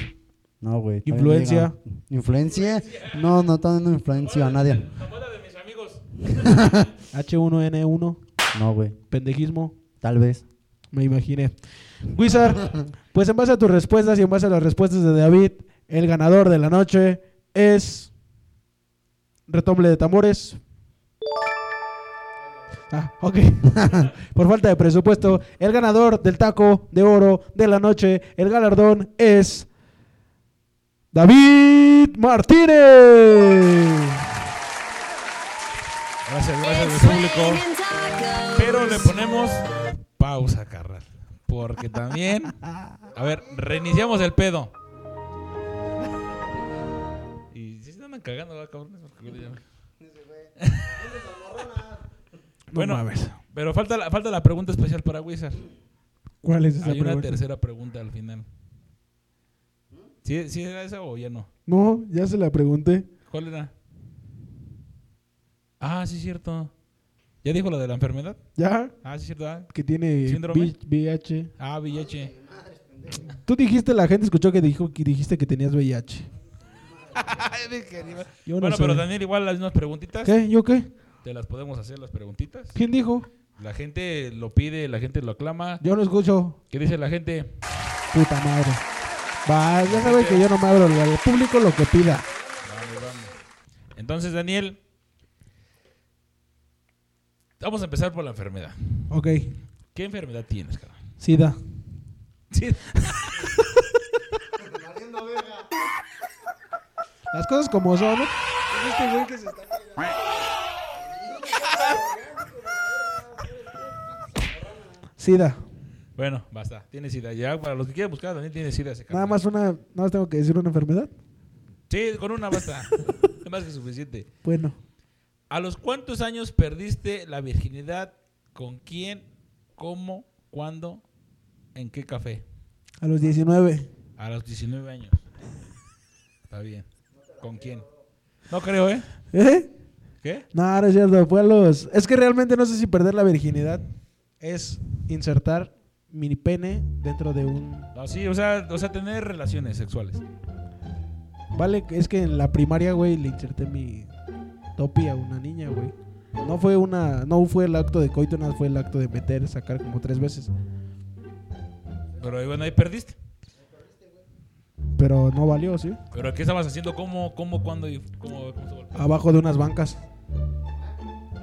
Speaker 4: No, güey. todavía
Speaker 1: Influencia.
Speaker 4: no llega. ¿Influencia? No, no, todavía no influencio a nadie.
Speaker 3: Abuela de mis amigos.
Speaker 1: H1N1,
Speaker 4: No, güey.
Speaker 1: pendejismo.
Speaker 4: Tal vez.
Speaker 1: Me imaginé. Wizard, pues en base a tus respuestas y en base a las respuestas de David, el ganador de la noche es. Retomble de tambores. Ah, ok. Por falta de presupuesto, el ganador del taco de oro de la noche, el galardón es. David Martínez.
Speaker 3: Gracias,
Speaker 5: It's
Speaker 3: gracias al
Speaker 5: raining
Speaker 3: público. Pero le
Speaker 5: tacos.
Speaker 3: ponemos pausa, carnal. Porque también. A ver, reiniciamos el pedo. Y si se andan cagando, ¿verdad, cabrones? Porque yo ya- Bueno,
Speaker 1: mames.
Speaker 3: pero falta la, falta la pregunta especial para Wizard.
Speaker 1: ¿Cuál es esa
Speaker 3: Hay una
Speaker 1: pregunta?
Speaker 3: tercera pregunta al final. ¿Sí, sí era esa o ya no?
Speaker 1: No, ya se la pregunté.
Speaker 3: ¿Cuál era? Ah, sí, cierto. ¿Ya dijo la de la enfermedad?
Speaker 1: Ya,
Speaker 3: Ah, sí, cierto. ah.
Speaker 1: que tiene
Speaker 3: ¿Síndrome?
Speaker 1: V- VIH.
Speaker 3: Ah, VIH.
Speaker 1: Tú dijiste, la gente escuchó que dijo que dijiste que tenías VIH. Yo no
Speaker 3: bueno,
Speaker 1: sé.
Speaker 3: pero Daniel, igual las mismas preguntitas.
Speaker 1: ¿Qué? ¿Yo qué?
Speaker 3: Te las podemos hacer las preguntitas.
Speaker 1: ¿Quién dijo?
Speaker 3: La gente lo pide, la gente lo aclama.
Speaker 1: Yo no escucho.
Speaker 3: ¿Qué dice la gente?
Speaker 1: Puta madre. Va, ya saben que yo no me abro al público lo que pida.
Speaker 3: Vamos, vamos. Entonces, Daniel, vamos a empezar por la enfermedad.
Speaker 1: Ok,
Speaker 3: ¿Qué enfermedad tienes, cabrón?
Speaker 1: SIDA.
Speaker 3: Sí.
Speaker 1: Las cosas como son. ¿eh? ¿no? SIDA.
Speaker 3: Bueno, basta. Tienes sida. Ya, para los que quieran buscar, Daniel tiene sida. ese
Speaker 1: Nada
Speaker 3: cabrón.
Speaker 1: más una, nada más tengo que decir una enfermedad.
Speaker 3: Sí, con una basta. Es más que suficiente.
Speaker 1: Bueno,
Speaker 3: ¿A los cuántos años perdiste la virginidad? ¿Con quién? ¿Cómo? ¿Cuándo? ¿En qué café?
Speaker 1: a los 19.
Speaker 3: A los 19 años. Está bien. ¿Con quién? No creo, ¿eh?
Speaker 1: ¿Eh?
Speaker 3: ¿Qué?
Speaker 1: No, no es cierto, fue a los... Es que realmente no sé si perder la virginidad es insertar mi pene dentro de un...
Speaker 3: No, sí, o sea, o sea, tener relaciones sexuales.
Speaker 1: Vale, es que en la primaria, güey, le inserté mi topi a una niña, güey. No fue una... No fue el acto de coito, nada, fue el acto de meter, sacar como tres veces.
Speaker 3: Pero bueno, ahí perdiste.
Speaker 1: Pero no valió, ¿sí?
Speaker 3: ¿Pero qué estabas haciendo? ¿Cómo, cómo, cuándo y cómo, cómo estuvo el pedo?
Speaker 1: Abajo de unas bancas.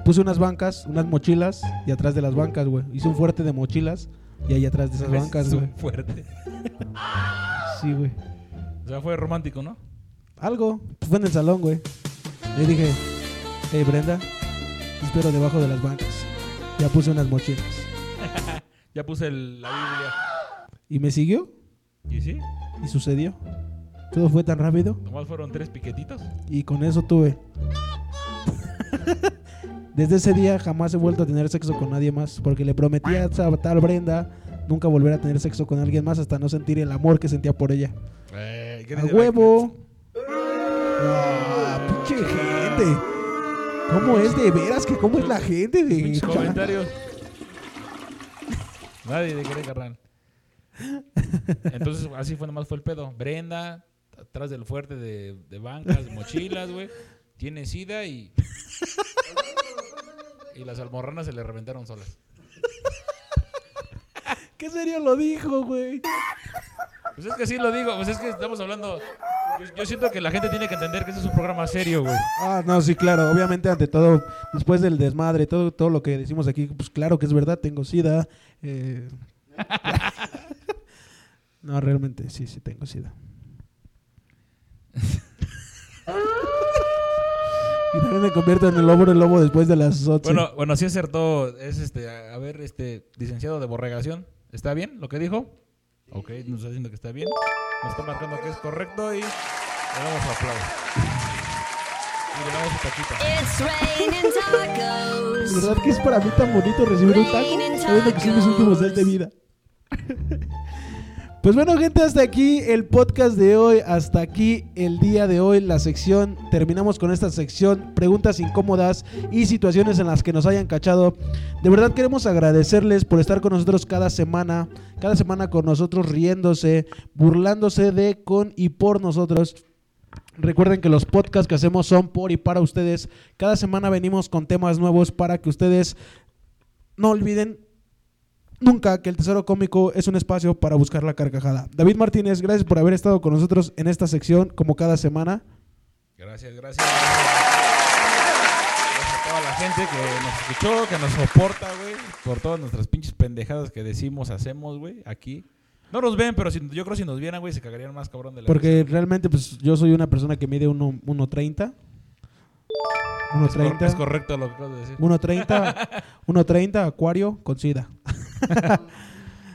Speaker 1: Puse unas bancas, unas mochilas y atrás de las bancas, güey. Hice un fuerte de mochilas y ahí atrás de esas bancas,
Speaker 3: Estuvo
Speaker 1: güey.
Speaker 3: fuerte.
Speaker 1: Sí, güey.
Speaker 3: O sea, fue romántico, ¿no?
Speaker 1: Algo. Pues fue en el salón, güey. Le dije, hey Brenda, te espero debajo de las bancas. Ya puse unas mochilas.
Speaker 3: Ya puse el- la Biblia.
Speaker 1: Y me siguió
Speaker 3: ¿Y sí?
Speaker 1: y sucedió. Todo fue tan rápido
Speaker 3: Nomás fueron tres piquetitos.
Speaker 1: y con eso tuve. Desde ese día jamás he vuelto a tener sexo con nadie más porque le prometí a esa tal Brenda nunca volver a tener sexo con alguien más hasta no sentir el amor que sentía por ella.
Speaker 3: Eh, ¿qué
Speaker 1: ¡A
Speaker 3: dice la-
Speaker 1: huevo! ¡Ah, pinche gente! ¿Cómo es de veras que cómo es la gente de
Speaker 3: Pinches comentarios. Nadie de quiere carnal. Entonces, así fue nomás fue el pedo. Brenda, atrás del fuerte de, de bancas, mochilas, güey. Tiene sida y. Y las almorranas se le reventaron solas.
Speaker 1: ¿Qué serio lo dijo, güey?
Speaker 3: Pues es que sí lo digo, pues es que estamos hablando. Yo, yo siento que la gente tiene que entender que este es un programa serio, güey.
Speaker 1: Ah, no, sí, claro. Obviamente, ante todo, después del desmadre, todo, todo lo que decimos aquí, pues claro que es verdad, tengo sida. eh. no, realmente, sí, sí, tengo sida. y también me convierto en el lobo el lobo después de las 8.
Speaker 3: Bueno, bueno, sí acertó. Es este, a a ver, este, licenciado de borregación. ¿Está bien lo que dijo? Ok, nos está diciendo que está bien. Nos está marcando que es correcto y le damos un aplauso. Y le damos un taquito.
Speaker 5: It's raining tacos.
Speaker 1: De verdad que es para mí Pues, tan bonito recibir un taco, sabiendo que son mis últimos días de vida. Pues bueno, gente, hasta aquí el podcast de hoy. Hasta aquí el día de hoy, la sección. Terminamos con esta sección, preguntas incómodas y situaciones en las que nos hayan cachado. De verdad queremos agradecerles por estar con nosotros cada semana. Cada semana con nosotros riéndose, burlándose de, con y por nosotros. Recuerden que los podcasts que hacemos son por y para ustedes. Cada semana venimos con temas nuevos para que ustedes no olviden nunca que el Tesoro Cómico es un espacio para buscar la carcajada. David Martínez, gracias por haber estado con nosotros en esta sección como cada semana.
Speaker 3: Gracias, gracias. Gracias a toda la gente que nos escuchó, que nos soporta, güey. Por todas nuestras pinches pendejadas que decimos, hacemos, güey, aquí. No nos ven, pero si- yo creo que si nos vieran, güey, se cagarían más cabrón de la risa.
Speaker 1: Porque realmente pues yo soy una persona que mide uno- 1.30.
Speaker 3: Es cor- Es
Speaker 1: 1.30.
Speaker 3: correcto lo que acabas de decir.
Speaker 1: 1.30. 1.30, acuario con sida.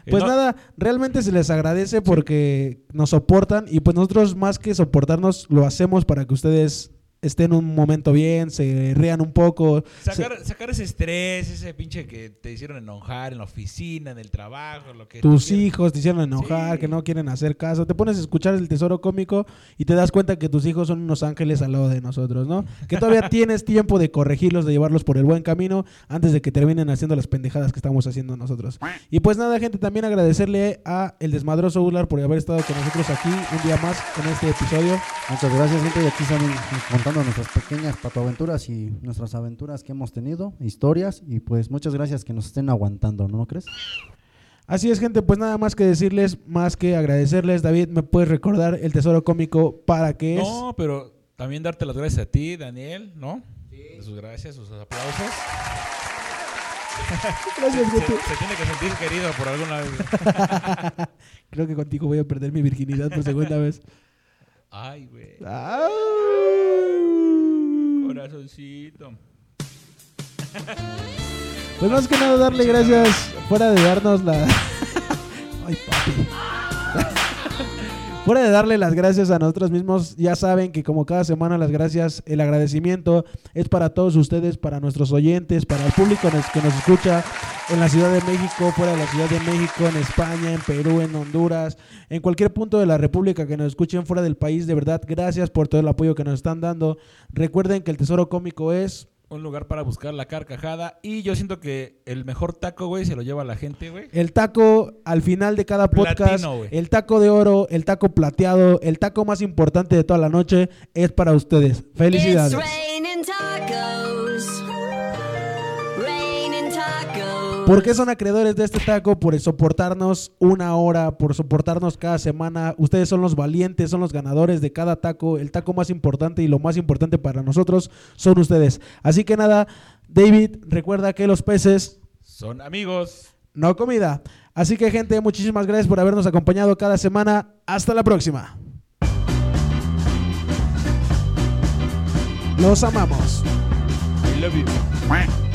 Speaker 3: Y
Speaker 1: Pues
Speaker 3: no-
Speaker 1: nada, realmente se les agradece porque nos soportan y pues nosotros más que soportarnos lo hacemos para que ustedes estén un momento bien, se rían un poco. se-
Speaker 3: Sacar, sacar ese estrés, ese pinche que te hicieron enojar en la oficina, en el trabajo, lo que.
Speaker 1: tus
Speaker 3: tú quieras.
Speaker 1: hijos te hicieron enojar,
Speaker 3: Sí.
Speaker 1: que no quieren hacer caso. Te pones a escuchar el tesoro cómico y te das cuenta que tus hijos son unos ángeles al lado de nosotros, ¿no? Que todavía tienes tiempo de corregirlos, de llevarlos por el buen camino antes de que terminen haciendo las pendejadas que estamos haciendo nosotros. Y pues nada, gente, también agradecerle a El Desmadroso Ular por haber estado con nosotros aquí un día más en este episodio.
Speaker 4: Muchas gracias, gente. Y aquí saben, contando nuestras pequeñas patoaventuras y nuestras aventuras que hemos tenido, historias. Y pues muchas gracias que nos estén aguantando, ¿no crees?
Speaker 1: Así es, gente, pues nada más que decirles, más que agradecerles. David, ¿me puedes recordar el tesoro cómico para qué es?
Speaker 3: No, pero también darte las gracias a ti, Daniel, ¿no? De Sus gracias, sus aplausos.
Speaker 1: Gracias,
Speaker 3: Se,
Speaker 1: gente.
Speaker 3: se tiene que sentir querido por alguna vez.
Speaker 1: Creo que contigo voy a perder mi virginidad por segunda vez.
Speaker 3: Ay, güey.
Speaker 1: Pues
Speaker 3: Corazoncito.
Speaker 1: Pues más que nada darle gracias fuera de darnos la... Ay, papi. Fuera de darle las gracias a nosotros mismos, ya saben que como cada semana las gracias, el agradecimiento es para todos ustedes, para nuestros oyentes, para el público nos- que nos escucha en la Ciudad de México, fuera de la Ciudad de México, en España, en Perú, en Honduras, en cualquier punto de la República que nos escuchen fuera del país, de verdad, gracias por todo el apoyo que nos están dando. Recuerden que el Tesoro Cómico es...
Speaker 3: Un lugar para buscar la carcajada. Y yo siento que el mejor taco, güey, se lo lleva la gente, güey.
Speaker 1: El taco al final de cada podcast,
Speaker 3: Platino, güey.
Speaker 1: el taco de oro, el taco plateado, el taco más importante de toda la noche es para ustedes.
Speaker 5: It's
Speaker 1: Felicidades.
Speaker 5: raining tacos. Raining tacos.
Speaker 1: ¿Por qué son acreedores de este taco? Por soportarnos una hora, por soportarnos cada semana. Ustedes son los valientes, son los ganadores de cada taco. El taco más importante y lo más importante para nosotros son ustedes. Así que nada, David, recuerda que los peces
Speaker 3: Son amigos.
Speaker 1: no comida. Así que gente, muchísimas gracias por habernos acompañado cada semana. Hasta la próxima. Los amamos.
Speaker 3: I love you.